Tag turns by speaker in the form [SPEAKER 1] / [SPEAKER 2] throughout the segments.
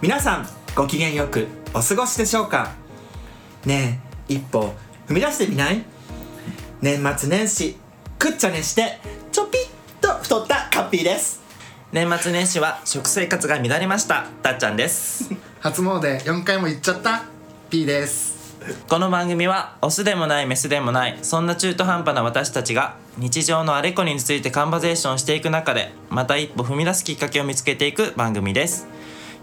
[SPEAKER 1] 皆さんご機嫌よくお過ごしでしょうかねえ一歩踏み出してみない年末年始くっちゃねしてちょぴっと太ったカッピーです
[SPEAKER 2] 年末年始は食生活が乱れましたたっちゃんです
[SPEAKER 3] 初詣4回も行っちゃった P です
[SPEAKER 2] この番組はオスでもないメスでもないそんな中途半端な私たちが日常のあれこれについてカンバゼーションしていく中でまた一歩踏み出すきっかけを見つけていく番組です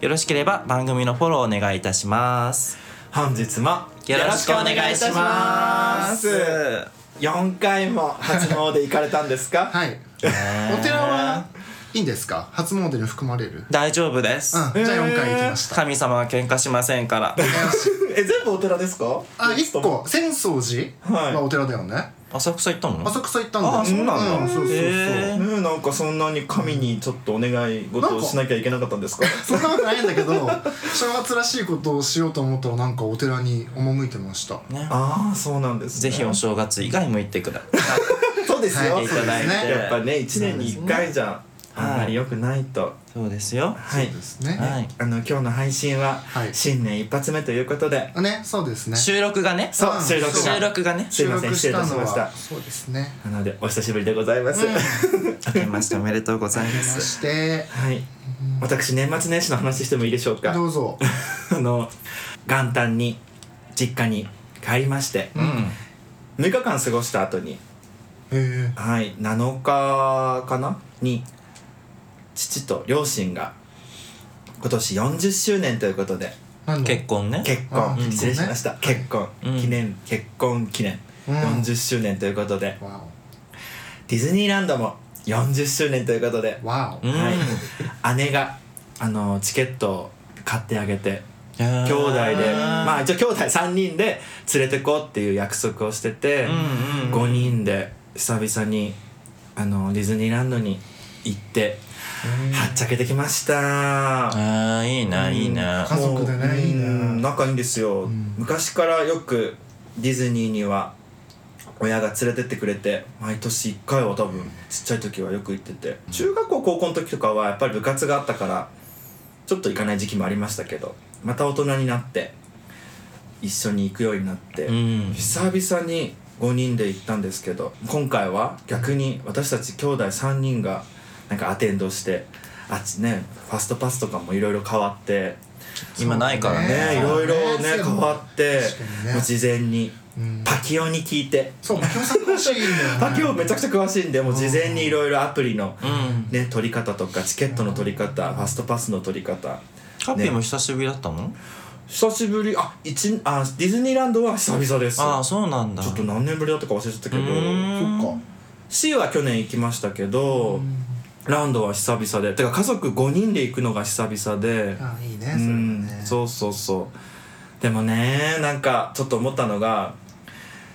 [SPEAKER 2] よろしければ番組のフォローお願いいたします
[SPEAKER 1] 本日も
[SPEAKER 2] よろしくお願いいたします
[SPEAKER 1] 4回も初詣行かれたんですか
[SPEAKER 3] はいお寺はいいんですか初詣に含まれるうんじ
[SPEAKER 2] 大丈夫です、
[SPEAKER 3] ゃあ4回行きました、
[SPEAKER 2] 神様は喧嘩しませんから
[SPEAKER 1] え全部お寺ですか
[SPEAKER 3] あ一個浅草寺
[SPEAKER 1] はい
[SPEAKER 3] まあお寺だよね、
[SPEAKER 2] 浅草行ったの
[SPEAKER 3] 浅草行ったんだよ
[SPEAKER 2] あそうなんだ
[SPEAKER 3] そうそうそう、
[SPEAKER 2] へ
[SPEAKER 1] ねえなんかそんなに神にちょっとお願い事をしなきゃいけなかったんです か
[SPEAKER 3] そんなことないんだけど正月らしいことをしようと思ったらなんかお寺に赴いてました
[SPEAKER 2] ね
[SPEAKER 1] ああそうなんです、
[SPEAKER 2] ぜひお正月以外も行ってください
[SPEAKER 1] そうですよ、
[SPEAKER 3] はい
[SPEAKER 2] いただいて、
[SPEAKER 3] そうです
[SPEAKER 1] やっぱね1年に1回じゃ
[SPEAKER 2] はい
[SPEAKER 1] あんまり良くないと
[SPEAKER 2] そうですよ
[SPEAKER 1] はい
[SPEAKER 3] そうですね、
[SPEAKER 2] はい
[SPEAKER 1] あの今日の配信は
[SPEAKER 3] はい
[SPEAKER 1] 新年一発目ということで、
[SPEAKER 3] ねそうですね
[SPEAKER 2] 収録がね
[SPEAKER 1] そう
[SPEAKER 3] うん
[SPEAKER 1] 収録
[SPEAKER 3] そう
[SPEAKER 1] が
[SPEAKER 2] 収録がね
[SPEAKER 1] すいません失礼いたしました
[SPEAKER 3] そうですね
[SPEAKER 1] なのでお久しぶりでございます、
[SPEAKER 3] うん
[SPEAKER 2] 明けましておめでとうございま
[SPEAKER 3] そ
[SPEAKER 2] す
[SPEAKER 3] して
[SPEAKER 1] はい私年末年始の話してもいいでしょうか
[SPEAKER 3] どうぞ
[SPEAKER 1] あの元旦に実家に帰りまして、
[SPEAKER 2] うん
[SPEAKER 1] 6日間過ごした後に
[SPEAKER 3] へえ
[SPEAKER 1] はい7日かなに父と両親が今年40周年ということで
[SPEAKER 3] 何の
[SPEAKER 2] 結婚ね
[SPEAKER 1] 結
[SPEAKER 3] あ
[SPEAKER 1] 婚
[SPEAKER 3] うん
[SPEAKER 1] 失礼しました、
[SPEAKER 3] 結
[SPEAKER 1] 結婚、
[SPEAKER 2] うん
[SPEAKER 1] 記念結婚記念、
[SPEAKER 3] うん
[SPEAKER 1] 40周年ということで
[SPEAKER 3] わ
[SPEAKER 1] ディズニーランドも40周年ということで
[SPEAKER 3] お、わお、
[SPEAKER 2] うん
[SPEAKER 1] はい、姉があのチケットを買ってあげて
[SPEAKER 2] 兄
[SPEAKER 1] 兄弟でまあ一応兄弟3人で連れてこうっていう約束をしてて、
[SPEAKER 2] うんうん
[SPEAKER 1] 5人で久々にあのディズニーランドに行って、はっちゃけてきました。
[SPEAKER 2] ああいいないいな
[SPEAKER 3] 家族でね
[SPEAKER 1] もう
[SPEAKER 3] いいね
[SPEAKER 1] うん仲いいんですよ、
[SPEAKER 3] ん
[SPEAKER 1] 昔からよくディズニーには親が連れてってくれて毎年1回は多分ちっちゃい時はよく行ってて中学校高校の時とかはやっぱり部活があったからちょっと行かない時期もありましたけどまた大人になって一緒に行くようになって、
[SPEAKER 2] うん
[SPEAKER 1] 久々に5人で行ったんですけど今回は逆に私たち兄弟3人がなんかアテンドしてあっちねファストパスとかもいろいろ変わって
[SPEAKER 2] 今ないから
[SPEAKER 1] ね
[SPEAKER 2] ね
[SPEAKER 1] いろいろね
[SPEAKER 3] そう
[SPEAKER 1] 変わって
[SPEAKER 3] 確かにね
[SPEAKER 1] もう事前に
[SPEAKER 3] うん、
[SPEAKER 1] パキオに聞いて
[SPEAKER 3] そうパキオさん詳しいんだよ、ね、
[SPEAKER 1] パキオめちゃくちゃ詳しいんでもう事前にいろいろアプリの
[SPEAKER 2] うん
[SPEAKER 1] ね取り方とかチケットの取り方ファストパスの取り方
[SPEAKER 2] カッピーも久しぶりだったの
[SPEAKER 1] 久しぶりあ一あディズニーランドは久々です
[SPEAKER 2] ああそうなんだ
[SPEAKER 1] ちょっと何年ぶりだったか忘れちゃったけど
[SPEAKER 2] うーん
[SPEAKER 3] そっか
[SPEAKER 1] C は去年行きましたけど、ランドは久々でてか家族5人で行くのが久々で
[SPEAKER 3] あいいね
[SPEAKER 1] う
[SPEAKER 3] それ
[SPEAKER 1] ん
[SPEAKER 3] ね
[SPEAKER 1] そうそうそうでもねなんかちょっと思ったのが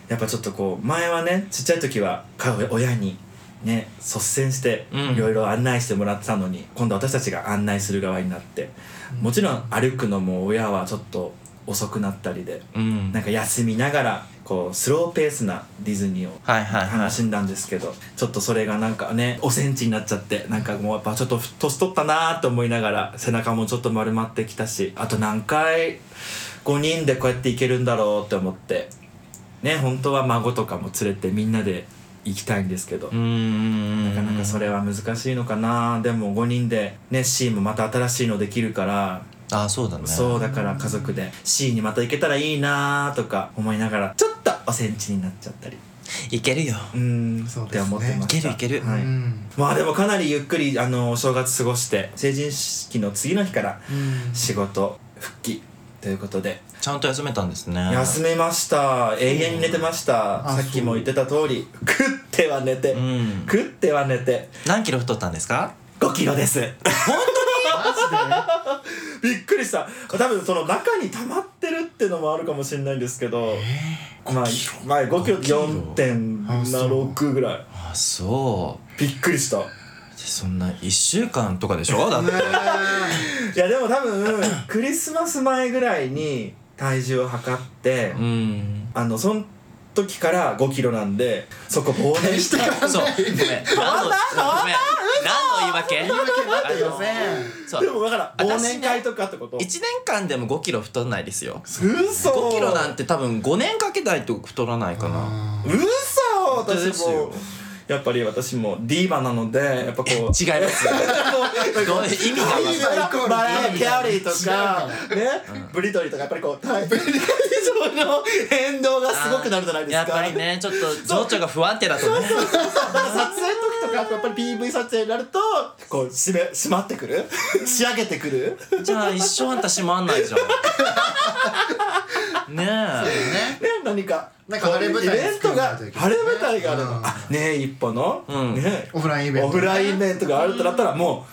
[SPEAKER 1] やっぱちょっとこう前はねちっちゃい時はか親にね率先して
[SPEAKER 2] うん
[SPEAKER 1] いろいろ案内してもらってたのに、今度私たちが案内する側になってもちろん歩くのも親はちょっと遅くなったりで
[SPEAKER 2] うん
[SPEAKER 1] なんか休みながらこうスローペースなディズニーを
[SPEAKER 2] はいはいはい
[SPEAKER 1] 楽しんだんですけどちょっとそれがなんかねおセンチになっちゃってなんかもうやっぱちょっと年取ったなーと思いながら背中もちょっと丸まってきたしあと何回5人でこうやって行けるんだろうって思ってね本当は孫とかも連れてみんなで行きたいんですけど
[SPEAKER 2] う。ん
[SPEAKER 1] なかなかそれは難しいのかなでも5人でね C もまた新しいのできるから
[SPEAKER 2] ああそうだね
[SPEAKER 1] そうだから家族で C にまた行けたらいいなとか思いながらちょっとおセンチになっちゃったり
[SPEAKER 2] いけるよ
[SPEAKER 1] うーん
[SPEAKER 3] そう
[SPEAKER 1] っ
[SPEAKER 3] ですね
[SPEAKER 1] て思ってました
[SPEAKER 2] いけるいける
[SPEAKER 1] は
[SPEAKER 3] う
[SPEAKER 1] い
[SPEAKER 3] ん
[SPEAKER 1] まあでもかなりゆっくりあのお正月過ごして成人式の次の日から
[SPEAKER 3] うん
[SPEAKER 1] 仕事復帰ということで
[SPEAKER 2] ちゃんと休めたんですね
[SPEAKER 1] 休めました永遠に寝てました
[SPEAKER 3] あ
[SPEAKER 1] さっきも言ってた通り食っては寝て、
[SPEAKER 2] うん
[SPEAKER 1] 食っては寝て
[SPEAKER 2] 何キロ太ったんですか
[SPEAKER 1] 5キロです
[SPEAKER 3] マ
[SPEAKER 1] びっくりした多分その中に溜まってるってのもあるかもしれないんですけど、まあ、まあ5キロ
[SPEAKER 2] 5キロ
[SPEAKER 1] 4.76ぐらい
[SPEAKER 2] あそう
[SPEAKER 1] びっくりした
[SPEAKER 2] そんな1週間とかでしょだって
[SPEAKER 3] ジでね
[SPEAKER 1] いやでも多分クリスマス前ぐらいに体重を測って、
[SPEAKER 2] うん
[SPEAKER 1] あのその時から5キロなんでそこ忘
[SPEAKER 3] え
[SPEAKER 1] 年
[SPEAKER 3] してから
[SPEAKER 2] そうごめん変わった変わった何の言い訳言い
[SPEAKER 3] 訳になってるよ
[SPEAKER 2] そう
[SPEAKER 1] でもだから忘
[SPEAKER 2] 私ね
[SPEAKER 1] 年会とかってこと
[SPEAKER 2] 1年間でも5キロ太んないですよ
[SPEAKER 1] 嘘
[SPEAKER 2] 5キロなんて多分5年かけないと太らないかな
[SPEAKER 3] あー
[SPEAKER 1] 嘘
[SPEAKER 2] 当です
[SPEAKER 1] 私
[SPEAKER 2] よ
[SPEAKER 1] もやっぱり私もディーバなのでやっぱこう
[SPEAKER 2] 違いますよごめん意味が分かんない
[SPEAKER 3] バイコール
[SPEAKER 1] バラエティアリーとか、
[SPEAKER 2] う
[SPEAKER 1] ね、ブリトニーとかやっぱりこう、体重の変動がすごくなるじゃないですか。
[SPEAKER 2] やっぱり。ねちょっと情緒が不安定だとね
[SPEAKER 1] 撮影の時とか、やっぱり PV 撮影になると、こう、締め、締まってく る仕上げてくる
[SPEAKER 2] じゃあ一生あんた閉まんないじゃんねえ
[SPEAKER 3] ね
[SPEAKER 1] ね、何か。
[SPEAKER 3] なんか晴れ舞
[SPEAKER 1] こう
[SPEAKER 3] 台
[SPEAKER 1] いうイベントが、
[SPEAKER 3] 作んなきゃいけない
[SPEAKER 1] 晴れ舞台がある
[SPEAKER 3] う
[SPEAKER 1] の。
[SPEAKER 3] ん
[SPEAKER 1] あ、ねえ、一歩の、
[SPEAKER 2] うん
[SPEAKER 1] ね
[SPEAKER 3] オフラインイベント
[SPEAKER 1] オフラインイベントがあるとなったら、も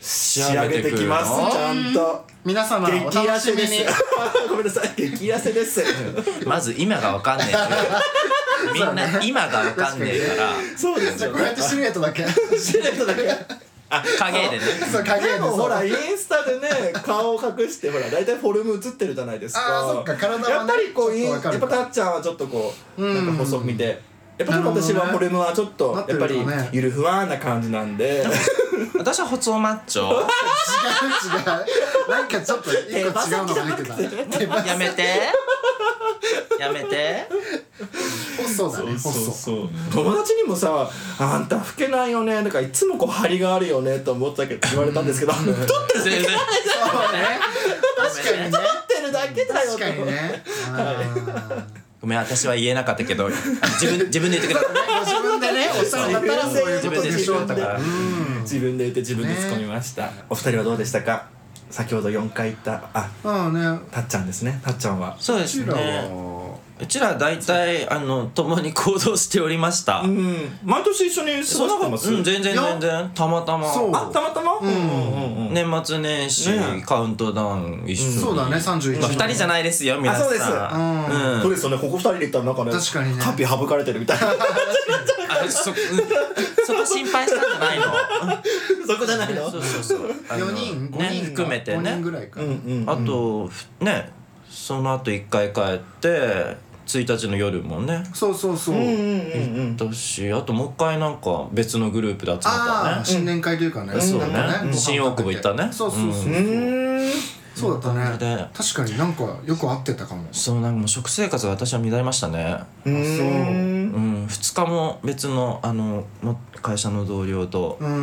[SPEAKER 1] う、仕上げてきま
[SPEAKER 2] 仕上
[SPEAKER 1] す、ちゃんと。
[SPEAKER 3] 皆様お
[SPEAKER 1] 激痩
[SPEAKER 3] 楽し
[SPEAKER 1] せ
[SPEAKER 3] み
[SPEAKER 1] で
[SPEAKER 3] に
[SPEAKER 1] す。 ごめんなさい、激痩せです。
[SPEAKER 2] まず今が分かんねえっていうみんな今が分かんねえから
[SPEAKER 1] そうです
[SPEAKER 3] じゃあ
[SPEAKER 1] よ
[SPEAKER 3] こうやってシルエットだけそ
[SPEAKER 1] 知らん人だけ
[SPEAKER 2] あ影でね
[SPEAKER 3] う影で
[SPEAKER 1] でも
[SPEAKER 3] そう
[SPEAKER 1] ほらインスタでね顔を隠してほら大体フォルム映ってるじゃないですか
[SPEAKER 3] あーそっか体はね
[SPEAKER 1] やっぱりこう
[SPEAKER 3] ちょっと
[SPEAKER 1] や
[SPEAKER 3] わ
[SPEAKER 1] っ
[SPEAKER 3] か
[SPEAKER 1] ぱ
[SPEAKER 3] るか
[SPEAKER 1] たっちゃんはちょっとこうなんか細身でやっぱり私は
[SPEAKER 3] なるほどね
[SPEAKER 1] フォルムはちょっと
[SPEAKER 3] な
[SPEAKER 1] や
[SPEAKER 3] って
[SPEAKER 1] っ
[SPEAKER 3] る
[SPEAKER 1] ぱ
[SPEAKER 3] か
[SPEAKER 1] り
[SPEAKER 3] ね
[SPEAKER 1] ゆるふわな感じなんで
[SPEAKER 2] 私は細マッチョ
[SPEAKER 3] 違う違うなんかちょっと一個違うのが入ってた手羽
[SPEAKER 2] やめてやめて
[SPEAKER 3] 細だね細
[SPEAKER 1] そう友達にもさ「あんた老けないよね」とかいつもこう張りがあるよねと思ってたけど言われたんですけど太ってる
[SPEAKER 2] 全然
[SPEAKER 3] そうね確かにね
[SPEAKER 1] 太ってるだけだよ
[SPEAKER 3] 確
[SPEAKER 1] と
[SPEAKER 3] かにねあ
[SPEAKER 2] ごめん私は言えなかったけど自分自分で言ってください
[SPEAKER 3] ーご自分でねおっしゃるんだったらそういうことでしょうと
[SPEAKER 1] 自分で
[SPEAKER 3] かうん
[SPEAKER 1] 自分で言って自分で突っ込みました、お二人はどうでしたか先ほど4回言ったあ
[SPEAKER 3] まあね
[SPEAKER 1] たっちゃんですねたっちゃんは
[SPEAKER 2] そうで
[SPEAKER 3] うち
[SPEAKER 2] す
[SPEAKER 3] ら
[SPEAKER 2] ね
[SPEAKER 3] は
[SPEAKER 2] うちら大体あの共に行動しておりました
[SPEAKER 1] うん毎年一緒に過ごしてます
[SPEAKER 2] うん全然全然たまたま
[SPEAKER 3] そう
[SPEAKER 1] あたまたまうんんうん
[SPEAKER 2] 年末年始、
[SPEAKER 1] ね
[SPEAKER 2] カウントダウン一緒に、
[SPEAKER 3] そうだね31
[SPEAKER 2] まあ、2人じゃないですよ皆さん
[SPEAKER 1] あそうです
[SPEAKER 3] うん
[SPEAKER 1] そうですよねここ二人で行ったらなんかね
[SPEAKER 3] 確かにね
[SPEAKER 1] ハッピー省かれてるみたいな
[SPEAKER 2] あそうんそこ心配したんじゃないの
[SPEAKER 1] そこじゃないの
[SPEAKER 2] そうそうそうあの
[SPEAKER 3] 4人5人
[SPEAKER 2] ね
[SPEAKER 3] か
[SPEAKER 2] 含めて
[SPEAKER 3] 五人
[SPEAKER 2] ね
[SPEAKER 3] ぐらいか
[SPEAKER 1] うんうん
[SPEAKER 2] あとふねその後一回帰って1日の夜もね
[SPEAKER 3] そうそうそう
[SPEAKER 1] うんうんうんうん
[SPEAKER 2] だしあともう一回なんか別のグループで集まった
[SPEAKER 3] あ
[SPEAKER 2] ね
[SPEAKER 3] あ新年会というかね
[SPEAKER 2] そうね
[SPEAKER 3] なんか
[SPEAKER 2] うん新大久保行ったね
[SPEAKER 3] そうそうそ
[SPEAKER 1] う
[SPEAKER 3] う
[SPEAKER 1] ーん
[SPEAKER 3] そうだった
[SPEAKER 2] で
[SPEAKER 3] ね確かになんかよく合ってたかも
[SPEAKER 2] そうなんかもう食生活が私は乱れましたね
[SPEAKER 1] うーん
[SPEAKER 2] うん2日も別のあのも会社の同僚と
[SPEAKER 3] う
[SPEAKER 1] うんうん
[SPEAKER 3] ん
[SPEAKER 1] う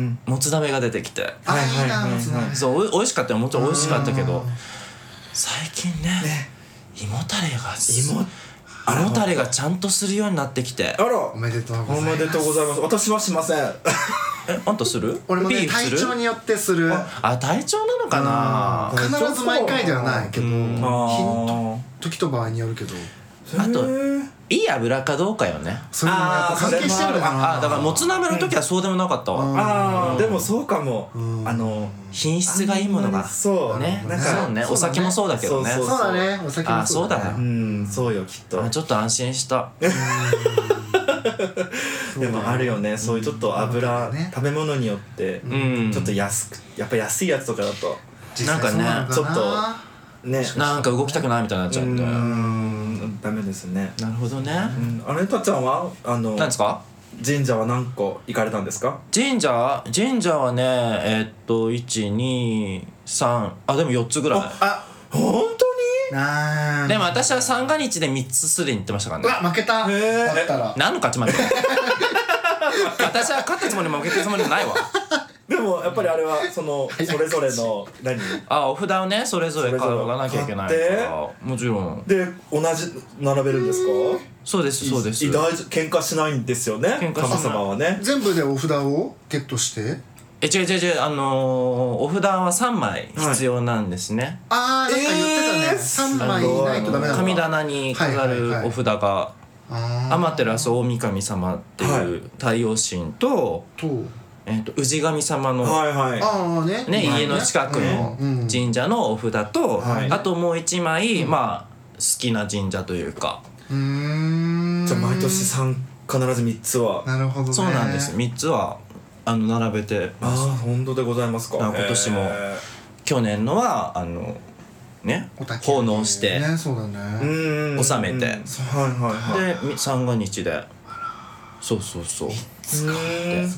[SPEAKER 1] ん
[SPEAKER 2] もつ鍋が出てきて
[SPEAKER 3] あいいな
[SPEAKER 1] はいはいはいはい
[SPEAKER 3] もつ鍋
[SPEAKER 2] そうおい美味しかったよもちろん美味しかったけど最近ね胃もたれがす
[SPEAKER 1] 胃も
[SPEAKER 2] 胃もたれがちゃんとするようになってきて
[SPEAKER 1] あら
[SPEAKER 3] おめでとうご
[SPEAKER 1] お
[SPEAKER 3] ざいま
[SPEAKER 1] めですとうございます私はしません
[SPEAKER 2] えあんたする
[SPEAKER 3] 俺も
[SPEAKER 2] ビ
[SPEAKER 3] ね
[SPEAKER 2] ーフす
[SPEAKER 3] 体
[SPEAKER 2] る
[SPEAKER 3] 調によってする
[SPEAKER 2] あ体調なのかな
[SPEAKER 1] うん
[SPEAKER 3] 必ず毎回ではないけど
[SPEAKER 2] うん
[SPEAKER 1] あー
[SPEAKER 3] 時と場合によるけど
[SPEAKER 2] あと
[SPEAKER 1] へー
[SPEAKER 2] いい油かどうかよね
[SPEAKER 3] それもやっぱ関係してるんだな
[SPEAKER 2] あだからもつ鍋の時はそうでもなかったわ、
[SPEAKER 3] うん
[SPEAKER 1] ああでもそうかも
[SPEAKER 3] ん
[SPEAKER 1] あの
[SPEAKER 2] 品質がいいものが
[SPEAKER 1] そう
[SPEAKER 2] ね
[SPEAKER 1] なん
[SPEAKER 2] そう
[SPEAKER 1] か
[SPEAKER 2] ね
[SPEAKER 3] そうだね
[SPEAKER 2] お酒もそうだけどね
[SPEAKER 1] そう
[SPEAKER 3] そうだねお酒も
[SPEAKER 2] あそうだ
[SPEAKER 1] う
[SPEAKER 2] ね
[SPEAKER 1] んそうよきっと
[SPEAKER 2] あちょっと安心した
[SPEAKER 1] でもあるよねそういうちょっと油
[SPEAKER 3] ね
[SPEAKER 1] 食べ物によって
[SPEAKER 2] うん
[SPEAKER 1] ちょっと安くやっぱ安いやつとかだと
[SPEAKER 3] 実際そうな
[SPEAKER 1] なん
[SPEAKER 3] のかな
[SPEAKER 1] かねちょっとね
[SPEAKER 2] なんか動きたくないみたいになっちゃ
[SPEAKER 1] う
[SPEAKER 2] ってなる
[SPEAKER 1] んダメですね
[SPEAKER 2] ほどね
[SPEAKER 1] うんあれたっちゃんはあの
[SPEAKER 2] 何ですか
[SPEAKER 1] 神社は何個行かれたんですか
[SPEAKER 2] 神社神社はねえっと123あでも4つぐら
[SPEAKER 3] あ
[SPEAKER 1] 本
[SPEAKER 3] ない
[SPEAKER 2] でも私は三が日で3つすでに行ってましたから
[SPEAKER 3] う
[SPEAKER 2] ね
[SPEAKER 3] わ負けた
[SPEAKER 1] へー
[SPEAKER 3] だったら
[SPEAKER 2] 何の勝ち負け 私は勝ったつもりも負けたつもりもないわ
[SPEAKER 1] 当にでもやっぱりあれはそのそれぞれの何
[SPEAKER 2] あお札をねそれぞれ買わなきゃいけないからもちろん
[SPEAKER 1] で同じ並べるんですか
[SPEAKER 2] そうですそうです
[SPEAKER 1] い大事喧嘩しないんですよね
[SPEAKER 2] 喧嘩しない
[SPEAKER 1] 神様はね
[SPEAKER 3] 全部でお札をゲットして
[SPEAKER 2] え違う違う違うあのー、お札は三枚必要なんですね、
[SPEAKER 3] ああなんか言ってた
[SPEAKER 1] え
[SPEAKER 3] ね
[SPEAKER 1] ー
[SPEAKER 3] 三枚いないとダメなのか
[SPEAKER 2] 神棚に飾
[SPEAKER 3] はい
[SPEAKER 2] る
[SPEAKER 3] はいはい
[SPEAKER 2] お札が
[SPEAKER 3] あ
[SPEAKER 2] 天照大神様っていう太陽神と,、
[SPEAKER 3] ーと
[SPEAKER 2] えっと氏神様の、
[SPEAKER 1] はいはい
[SPEAKER 3] ああね
[SPEAKER 2] ね、家の近くの
[SPEAKER 3] うんうん
[SPEAKER 2] 神社のお札と、
[SPEAKER 1] はい
[SPEAKER 2] あともう一枚、まあ好きな神社というか、
[SPEAKER 3] うーん
[SPEAKER 1] じゃあ毎年三必ず三つは
[SPEAKER 3] なるほどね
[SPEAKER 2] そうなんです3つはあの並べて
[SPEAKER 1] ああ本当でございますか
[SPEAKER 2] あ今年も
[SPEAKER 1] へ
[SPEAKER 2] 去年のはあのね
[SPEAKER 3] お焚き上げ
[SPEAKER 2] 奉納して、
[SPEAKER 3] ねそうだ
[SPEAKER 1] ーうん
[SPEAKER 3] ね
[SPEAKER 1] うんうん
[SPEAKER 2] 納めて
[SPEAKER 1] そうはいはいはい
[SPEAKER 2] でみ三が日でそうそうそう
[SPEAKER 1] うーん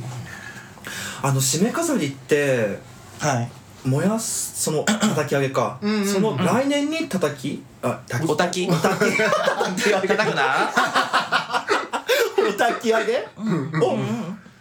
[SPEAKER 1] あの締め飾りって
[SPEAKER 2] はい
[SPEAKER 1] 燃やす その叩き上げか
[SPEAKER 3] うんうんうん
[SPEAKER 1] その来年に叩きあた
[SPEAKER 2] おたき
[SPEAKER 1] おたき叩き上げ
[SPEAKER 2] 叩くな
[SPEAKER 1] おたき上げを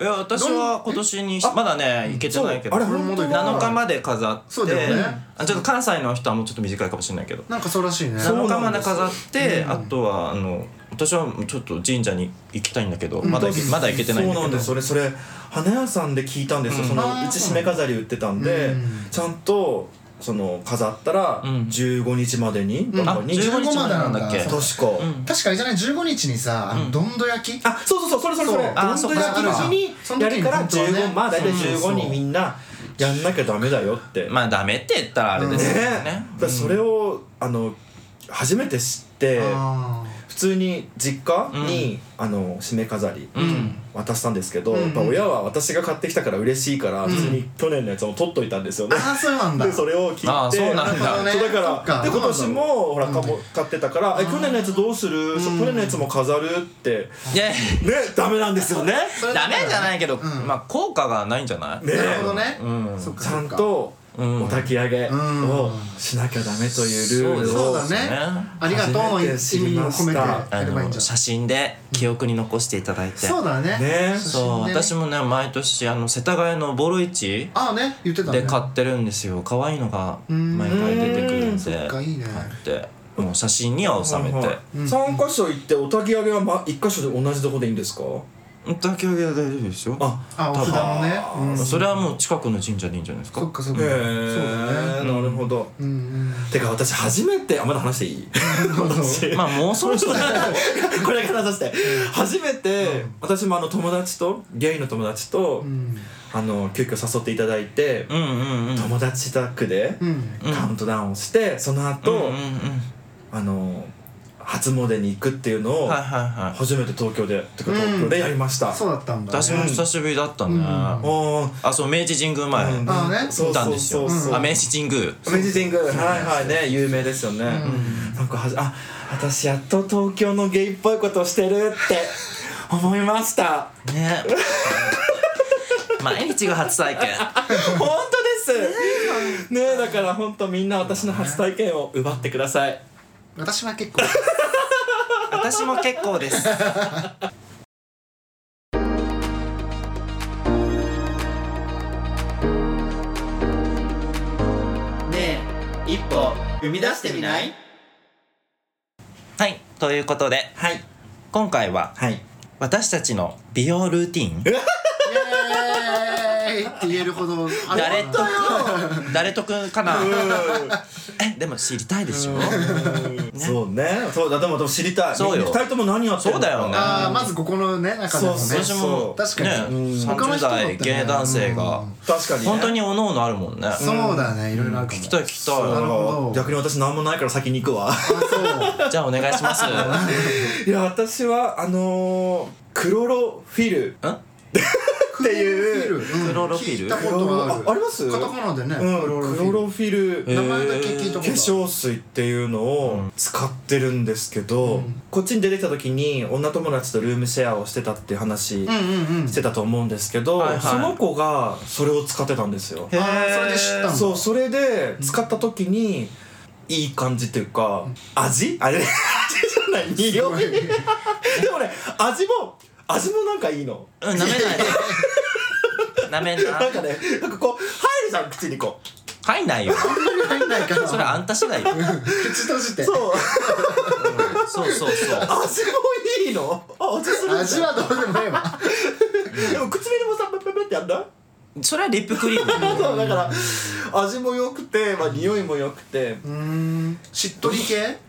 [SPEAKER 2] いや私は今年にしまだね行けてないけど
[SPEAKER 1] そうあれ
[SPEAKER 3] 俺も
[SPEAKER 1] 本当
[SPEAKER 3] だけど
[SPEAKER 2] 7日まで飾って
[SPEAKER 3] そうだよね
[SPEAKER 2] あちょっと関西の人はもうちょっと短いかもしれないけど
[SPEAKER 3] なんかそうらしいね
[SPEAKER 1] そう
[SPEAKER 2] 7日
[SPEAKER 1] な
[SPEAKER 2] ま
[SPEAKER 1] んで
[SPEAKER 2] です
[SPEAKER 1] よ
[SPEAKER 2] 飾って、あとはあの私はちょっと神社に行きたいんだけど、まだ行けまだ行けてないんだ
[SPEAKER 1] そう
[SPEAKER 2] け
[SPEAKER 1] なん
[SPEAKER 2] ど
[SPEAKER 1] ですそれそれ花屋さんで聞いたんですよ、
[SPEAKER 2] うん
[SPEAKER 1] その
[SPEAKER 3] あー
[SPEAKER 1] うち締め飾り売ってたんで、
[SPEAKER 3] うん
[SPEAKER 1] ちゃんとその飾ったら
[SPEAKER 2] うん
[SPEAKER 1] 15日までに、
[SPEAKER 3] うん
[SPEAKER 1] とかに
[SPEAKER 2] あ
[SPEAKER 1] 確
[SPEAKER 2] 15
[SPEAKER 3] 15までなんだ
[SPEAKER 2] なんだっけ
[SPEAKER 1] か、
[SPEAKER 2] うん
[SPEAKER 3] 確かあれじゃない15日にさあのどんど焼き
[SPEAKER 1] あそうそうそうそれそれそれ
[SPEAKER 3] そう
[SPEAKER 1] ど
[SPEAKER 2] あ
[SPEAKER 1] ん
[SPEAKER 2] そ
[SPEAKER 1] ど
[SPEAKER 2] っ
[SPEAKER 1] ん
[SPEAKER 2] か
[SPEAKER 1] 焼きの日
[SPEAKER 3] そっ
[SPEAKER 1] に
[SPEAKER 3] か
[SPEAKER 1] やるから
[SPEAKER 3] その時に
[SPEAKER 1] 15
[SPEAKER 3] 本当はね
[SPEAKER 1] まあ大体
[SPEAKER 3] そうそう
[SPEAKER 1] 15にみんなやんなきゃダメだよって、
[SPEAKER 2] まあダメって言ったらあれで
[SPEAKER 1] ね
[SPEAKER 2] すよ
[SPEAKER 1] だ
[SPEAKER 2] ね、
[SPEAKER 1] からそれをあの初めて知って
[SPEAKER 3] あ
[SPEAKER 1] 普通に実家に、あの締め飾り、
[SPEAKER 2] うん、うん
[SPEAKER 1] 渡したんですけど、
[SPEAKER 3] うんうん
[SPEAKER 1] やっぱ親は私が買ってきたから嬉しいから
[SPEAKER 3] うん
[SPEAKER 1] 普通に去年のやつも取っといたんですよ
[SPEAKER 3] ー
[SPEAKER 1] ね、
[SPEAKER 3] あーそうなんだ
[SPEAKER 1] でそれを切
[SPEAKER 2] あ
[SPEAKER 1] っ
[SPEAKER 2] ー
[SPEAKER 1] て
[SPEAKER 2] そうなん
[SPEAKER 3] なるほど
[SPEAKER 2] だ
[SPEAKER 3] ね
[SPEAKER 1] そうだから
[SPEAKER 3] そっか
[SPEAKER 1] で今年もほら
[SPEAKER 3] うん
[SPEAKER 1] かも買ってたから「え去年のやつどうする
[SPEAKER 3] ん
[SPEAKER 1] そう去年のやつも飾る?」って
[SPEAKER 2] いや
[SPEAKER 1] ねダメなんですよね
[SPEAKER 3] それだ
[SPEAKER 2] ダ
[SPEAKER 3] から
[SPEAKER 2] メじゃないけど、
[SPEAKER 3] うん
[SPEAKER 2] まあ効果がないんじゃない、
[SPEAKER 1] ね
[SPEAKER 3] なるほどね
[SPEAKER 2] うん
[SPEAKER 3] そっか
[SPEAKER 1] ち
[SPEAKER 3] そ
[SPEAKER 1] ゃ
[SPEAKER 3] っ
[SPEAKER 1] ん
[SPEAKER 3] か
[SPEAKER 1] と
[SPEAKER 2] うん
[SPEAKER 1] お焚き上げをしなきゃダメというルール
[SPEAKER 3] そ
[SPEAKER 1] を
[SPEAKER 3] うだね
[SPEAKER 2] ね
[SPEAKER 3] ありがとうの意味を込めてや
[SPEAKER 2] あ
[SPEAKER 3] ればいい
[SPEAKER 2] の
[SPEAKER 3] んじゃ
[SPEAKER 2] 写真で記憶に残していただいて、
[SPEAKER 3] ないそうだね
[SPEAKER 1] ね
[SPEAKER 3] 写
[SPEAKER 2] そう
[SPEAKER 3] 真でね
[SPEAKER 2] 私もね毎年あの世田谷のボロ市
[SPEAKER 3] ああね言ってたね
[SPEAKER 2] で買ってるんですよ可愛いのが毎回出てくるんで
[SPEAKER 1] う
[SPEAKER 3] そっかいいね
[SPEAKER 2] 買ってもう写真には収めて、
[SPEAKER 1] はいはい三箇所行ってお焚き上げはま一箇所で同じとこでいいんですか
[SPEAKER 2] だけは大丈夫ですよ
[SPEAKER 1] あ
[SPEAKER 3] あお札のね
[SPEAKER 1] 多
[SPEAKER 3] うん
[SPEAKER 2] それはもう近くの神社でいいんじゃないですか
[SPEAKER 3] そっかそっ
[SPEAKER 1] へ
[SPEAKER 3] か
[SPEAKER 1] え
[SPEAKER 3] そうだね
[SPEAKER 1] なるほど
[SPEAKER 3] うんうん
[SPEAKER 1] てか私初めてあまだ話していい
[SPEAKER 3] どうぞ
[SPEAKER 2] まあもうそろそろ
[SPEAKER 1] これだけ話して初めて私もあの友達とゲイの友達と
[SPEAKER 3] うん
[SPEAKER 1] あの急遽誘っていただいて
[SPEAKER 2] うんうんうん
[SPEAKER 1] 友達宅で
[SPEAKER 3] うん
[SPEAKER 2] うん
[SPEAKER 1] カウントダウンをしてその
[SPEAKER 2] うん
[SPEAKER 1] 後
[SPEAKER 2] うん
[SPEAKER 1] あの初詣に行くっていうの
[SPEAKER 2] う
[SPEAKER 1] を
[SPEAKER 2] んはいはいはい
[SPEAKER 1] 初めて東京でてか
[SPEAKER 3] うん
[SPEAKER 1] 東京でやりました
[SPEAKER 3] そうだったんだね
[SPEAKER 2] 私も久しぶりだったね、
[SPEAKER 3] うん
[SPEAKER 2] あ
[SPEAKER 1] おー
[SPEAKER 2] そう明治神宮前、
[SPEAKER 1] うん
[SPEAKER 3] あーね
[SPEAKER 1] そう
[SPEAKER 2] 行ったん
[SPEAKER 1] そう
[SPEAKER 2] ですよ
[SPEAKER 1] そうそう
[SPEAKER 2] あ明治神宮
[SPEAKER 1] 明治神宮はいはいね有名ですよね、
[SPEAKER 3] ん
[SPEAKER 1] なんかはじあ私やっと東京のゲイっぽいことをしてるって思いました
[SPEAKER 2] ね毎日が初体験
[SPEAKER 1] 本当ですねえだから本当みんな私の初体験を奪ってください
[SPEAKER 3] 私は結構
[SPEAKER 2] 私も結構です
[SPEAKER 4] ねえ一歩踏み出してみない
[SPEAKER 2] はいということで
[SPEAKER 1] はい
[SPEAKER 2] 今回は
[SPEAKER 1] はい
[SPEAKER 2] 私たちの美容ルーティン
[SPEAKER 3] イエーイって言えるほどあれ
[SPEAKER 2] 誰と誰とくんかなえでも知りたいでしょ
[SPEAKER 1] そうねそうだでもでも知りたい
[SPEAKER 2] そう
[SPEAKER 1] み
[SPEAKER 2] よ
[SPEAKER 1] んな二人とも何やってる
[SPEAKER 2] そうだよね
[SPEAKER 3] ああまずここのね中でもね
[SPEAKER 1] そう
[SPEAKER 2] 私も
[SPEAKER 3] 確かに
[SPEAKER 2] ね
[SPEAKER 3] うん他の
[SPEAKER 2] 30
[SPEAKER 3] 人だってね
[SPEAKER 2] 代芸男性が
[SPEAKER 3] うん
[SPEAKER 1] 確かに、ね、
[SPEAKER 2] 本当におのおのあるもんね
[SPEAKER 3] そうだねいろいろあるかも
[SPEAKER 2] 聞きたい聞きた
[SPEAKER 3] なるほど
[SPEAKER 1] 逆に私何もないから先に行くわ
[SPEAKER 3] あ
[SPEAKER 2] いじゃあお願いします
[SPEAKER 1] いや私はあのー、クロロフィル
[SPEAKER 2] ん
[SPEAKER 1] っていう
[SPEAKER 3] そう
[SPEAKER 2] クロロフィル
[SPEAKER 3] 聞いたことがある
[SPEAKER 1] ああります
[SPEAKER 3] カタカナでね
[SPEAKER 1] うん、クロロフィル
[SPEAKER 2] え
[SPEAKER 3] 名前だけ聞いたことあ
[SPEAKER 1] 化
[SPEAKER 3] る
[SPEAKER 1] 粧水っていうのを使ってるんですけど、
[SPEAKER 3] うん
[SPEAKER 1] こっちに出てきた時に女友達とルームシェアをしてたっていう話
[SPEAKER 3] うんうんうん
[SPEAKER 1] してたと思うんですけど、
[SPEAKER 2] はいはい
[SPEAKER 1] その子がそれを使ってたんですよ。
[SPEAKER 2] へー
[SPEAKER 3] あーそれで知ったんだ
[SPEAKER 1] そうそれで使った時にいい感じっていうか味あれ味じゃない
[SPEAKER 3] す
[SPEAKER 1] 匂
[SPEAKER 3] ごい
[SPEAKER 1] いでもね味も味もなんかいいの。
[SPEAKER 2] うん舐めない で舐めんな
[SPEAKER 1] なんかねなんかこう入るじゃん口にこう。
[SPEAKER 2] 入んないよ
[SPEAKER 3] 入んないから
[SPEAKER 2] それあんた次第 よ
[SPEAKER 3] 口閉じて
[SPEAKER 1] そう
[SPEAKER 2] そうそうそう
[SPEAKER 1] 味もいいのあ味する
[SPEAKER 3] 味はどうでもええわ
[SPEAKER 1] でも口紅もさペペペってやんない
[SPEAKER 2] それはリップクリーム
[SPEAKER 1] そうだから味も良くて、まあ、匂いも良くて
[SPEAKER 3] うーんしっとり系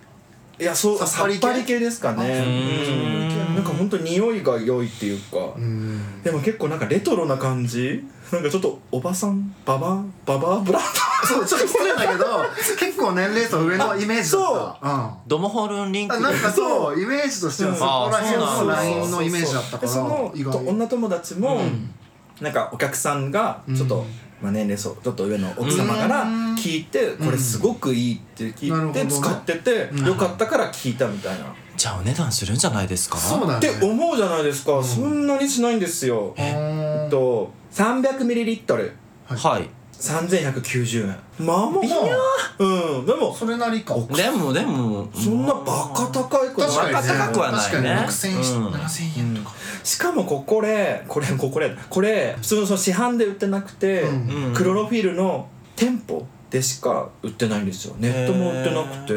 [SPEAKER 1] いやそう
[SPEAKER 3] さ
[SPEAKER 1] さ
[SPEAKER 3] っぱ
[SPEAKER 1] っ
[SPEAKER 3] り系
[SPEAKER 1] ぱり系ですかね
[SPEAKER 2] ー
[SPEAKER 1] うんなんか本当匂いが良いっていうか
[SPEAKER 3] うん
[SPEAKER 1] でも結構なんかレトロな感じなんかちょっとおばさんババババアブラン
[SPEAKER 3] そうちょっと失礼だけど結構年齢層上のイメージだったうん
[SPEAKER 2] ドモホルンリンク
[SPEAKER 3] あなんかそうイメージとしてはそこら辺のラインのイメージだった
[SPEAKER 1] で
[SPEAKER 3] から
[SPEAKER 1] その
[SPEAKER 3] 意
[SPEAKER 1] と
[SPEAKER 3] 外
[SPEAKER 1] 女友達も、なんかお客さんがちょっと、
[SPEAKER 3] うん
[SPEAKER 1] まあ、年齢層ちょっと上の奥様から
[SPEAKER 3] うん
[SPEAKER 1] 聞いて、これすごくいいって
[SPEAKER 3] なる
[SPEAKER 1] 聞
[SPEAKER 3] ほ
[SPEAKER 1] い
[SPEAKER 3] ど
[SPEAKER 1] て
[SPEAKER 3] ね
[SPEAKER 1] 使ってて、よかったから聞いたみたいな、
[SPEAKER 2] じゃあお値段するんじゃないですか
[SPEAKER 3] そうだ
[SPEAKER 1] っ
[SPEAKER 3] ね
[SPEAKER 1] て思うじゃないですか、そんなにしないんですよ
[SPEAKER 3] うーん
[SPEAKER 1] と 300ml3190
[SPEAKER 2] はい
[SPEAKER 1] 円まあまあまあうんでも
[SPEAKER 3] それなりか
[SPEAKER 2] でもでも
[SPEAKER 1] そんなバカ高いことない
[SPEAKER 3] 確かに、
[SPEAKER 2] まあ高くはないね
[SPEAKER 3] 確かに6000円、
[SPEAKER 2] うん
[SPEAKER 3] 7000円とか、
[SPEAKER 1] しかもここでこれここでこれ普通のその市販で売ってなくて、
[SPEAKER 3] うん
[SPEAKER 2] うん
[SPEAKER 1] クロロフィルの店舗でしか売ってないんですよネットも売ってなくて、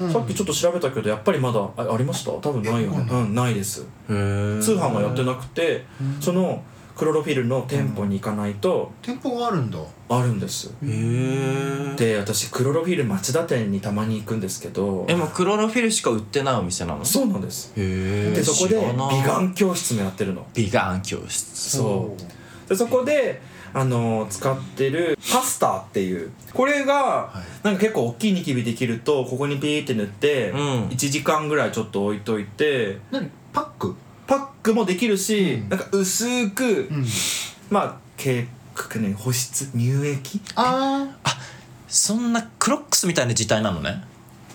[SPEAKER 3] うん
[SPEAKER 1] さっきちょっと調べたけどやっぱりまだあありました多分ないよね
[SPEAKER 3] え
[SPEAKER 1] うんないです
[SPEAKER 2] へー
[SPEAKER 1] 通販はやってなくて
[SPEAKER 3] うん
[SPEAKER 1] そのクロロフィルの店舗に行かないと
[SPEAKER 3] 店舗があるんだ
[SPEAKER 1] あるんです
[SPEAKER 2] へー
[SPEAKER 1] で私クロロフィル町田店にたまに行くんですけど
[SPEAKER 2] えもうクロロフィルしか売ってないお店なの
[SPEAKER 1] そうなんです
[SPEAKER 2] へえ
[SPEAKER 1] でそこで美顔教室もやってるの
[SPEAKER 2] 美顔教室
[SPEAKER 1] そうでそこで、あのー使ってるパスターっていうこれが
[SPEAKER 3] はい
[SPEAKER 1] なんか結構大きいニキビできるとここにピーって塗って、
[SPEAKER 2] うん
[SPEAKER 1] 1時間ぐらいちょっと置いといて
[SPEAKER 3] 何パック
[SPEAKER 1] パックもできるし、
[SPEAKER 3] うん
[SPEAKER 1] なんか薄く、
[SPEAKER 3] うん
[SPEAKER 1] まあ結構ね保湿乳液
[SPEAKER 3] あー
[SPEAKER 2] そんなクロックスみたいな時代なのね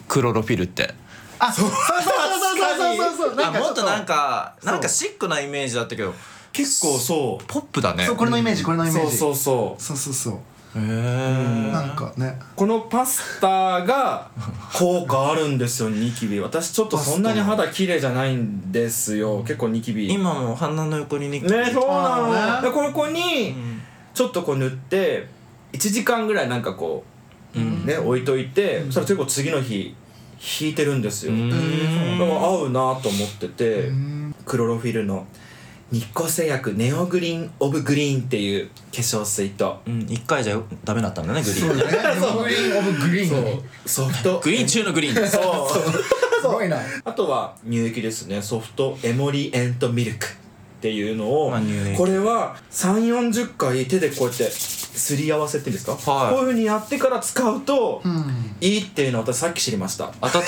[SPEAKER 2] クロロフィルって
[SPEAKER 3] あそうそうそうそうそうそうそう
[SPEAKER 2] あ
[SPEAKER 3] なんかち
[SPEAKER 2] も
[SPEAKER 3] ょ
[SPEAKER 2] っ
[SPEAKER 3] っと
[SPEAKER 2] となんか
[SPEAKER 1] そう
[SPEAKER 2] なんかシックなイメージだったけど
[SPEAKER 1] 結構そう
[SPEAKER 2] ポップだね
[SPEAKER 3] そうこれのイメージこれのイメー
[SPEAKER 1] そう
[SPEAKER 3] ジ
[SPEAKER 1] そうそう
[SPEAKER 3] そうそうそう
[SPEAKER 2] へえ
[SPEAKER 3] なんかね
[SPEAKER 1] このパスタが効果あるんですよニキビ私ちょっとそんなに肌綺麗じゃないんですよ結構ニキビね
[SPEAKER 2] 今も鼻の横にニキビ
[SPEAKER 1] そうなの
[SPEAKER 3] あーね
[SPEAKER 1] でこれここ
[SPEAKER 2] う
[SPEAKER 1] に
[SPEAKER 2] ん
[SPEAKER 1] ちょっとこう塗って1時間ぐらいなんかこ
[SPEAKER 2] う
[SPEAKER 1] うんね置いといてそしたら結構次の日引いてるんですよ
[SPEAKER 2] う
[SPEAKER 1] だ
[SPEAKER 2] ん
[SPEAKER 1] から合うなと思ってて
[SPEAKER 3] うん
[SPEAKER 1] クロロフィルの日光製薬ネオグリーンオブグリーンっていう化粧水と
[SPEAKER 2] うん一回じゃダメだったんだねグリ
[SPEAKER 3] そう
[SPEAKER 2] ーン
[SPEAKER 3] だねグリーンオブグリーンだね
[SPEAKER 1] ソフト
[SPEAKER 2] グリーン中のグリー ンです
[SPEAKER 1] そう
[SPEAKER 3] すごいな
[SPEAKER 1] あとは乳液ですねソフトエモリエントミルクっていうのを、
[SPEAKER 2] まあ乳液
[SPEAKER 1] これは3 4 0回手でこうやってすり合わせっていうんですか、
[SPEAKER 2] はい
[SPEAKER 1] こういうふうにやってから使うと、
[SPEAKER 3] うん
[SPEAKER 1] いいっていうのを私さっき知りました
[SPEAKER 2] 温
[SPEAKER 3] さっ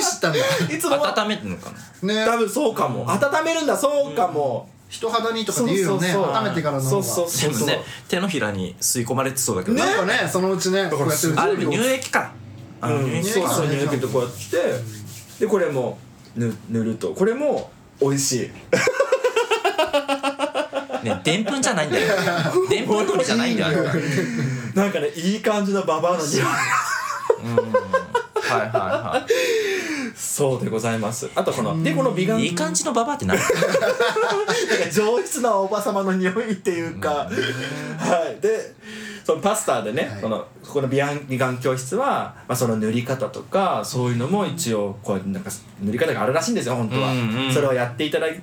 [SPEAKER 3] き知ったんだ
[SPEAKER 1] いつ
[SPEAKER 2] め
[SPEAKER 1] も
[SPEAKER 2] 温めてんのかな
[SPEAKER 3] ね
[SPEAKER 1] 多分そうかも温めるんだそうかも、
[SPEAKER 3] 人肌にとかって言うよ
[SPEAKER 1] そ
[SPEAKER 3] ね
[SPEAKER 1] うそうそう
[SPEAKER 3] 温めてからの方
[SPEAKER 1] そう
[SPEAKER 3] が
[SPEAKER 1] そう
[SPEAKER 2] で
[SPEAKER 1] そう
[SPEAKER 2] も
[SPEAKER 1] そう、
[SPEAKER 2] ね手のひらに吸い込まれてそうだけど
[SPEAKER 1] ね
[SPEAKER 3] なんかねそのうちねこうやって
[SPEAKER 1] す
[SPEAKER 2] あ
[SPEAKER 3] る
[SPEAKER 2] れ乳液かあ
[SPEAKER 1] う
[SPEAKER 2] 乳
[SPEAKER 1] ん、
[SPEAKER 2] 液
[SPEAKER 1] そうそう
[SPEAKER 3] ね
[SPEAKER 1] 乳液とこうやって、でこれもぬ塗るとこれも美味しい
[SPEAKER 2] ねでんぷんじゃないん だよでんぷんとかじゃないんだよあれは
[SPEAKER 1] なんかねいい感じのババアの匂い
[SPEAKER 2] いは
[SPEAKER 1] そうでございますあとこのでこの美
[SPEAKER 2] い
[SPEAKER 1] 顔
[SPEAKER 2] はいいい感じのババアって何
[SPEAKER 1] なんか上質なおばさまの匂いっていうか、はいでそのパスターでね、
[SPEAKER 3] はい
[SPEAKER 1] そのここの美顔美顔教室は、まあ、その塗り方とかそういうのも一応こうなんか塗り方があるらしいんですよ本当は、
[SPEAKER 2] うんうん
[SPEAKER 1] それをやっていただい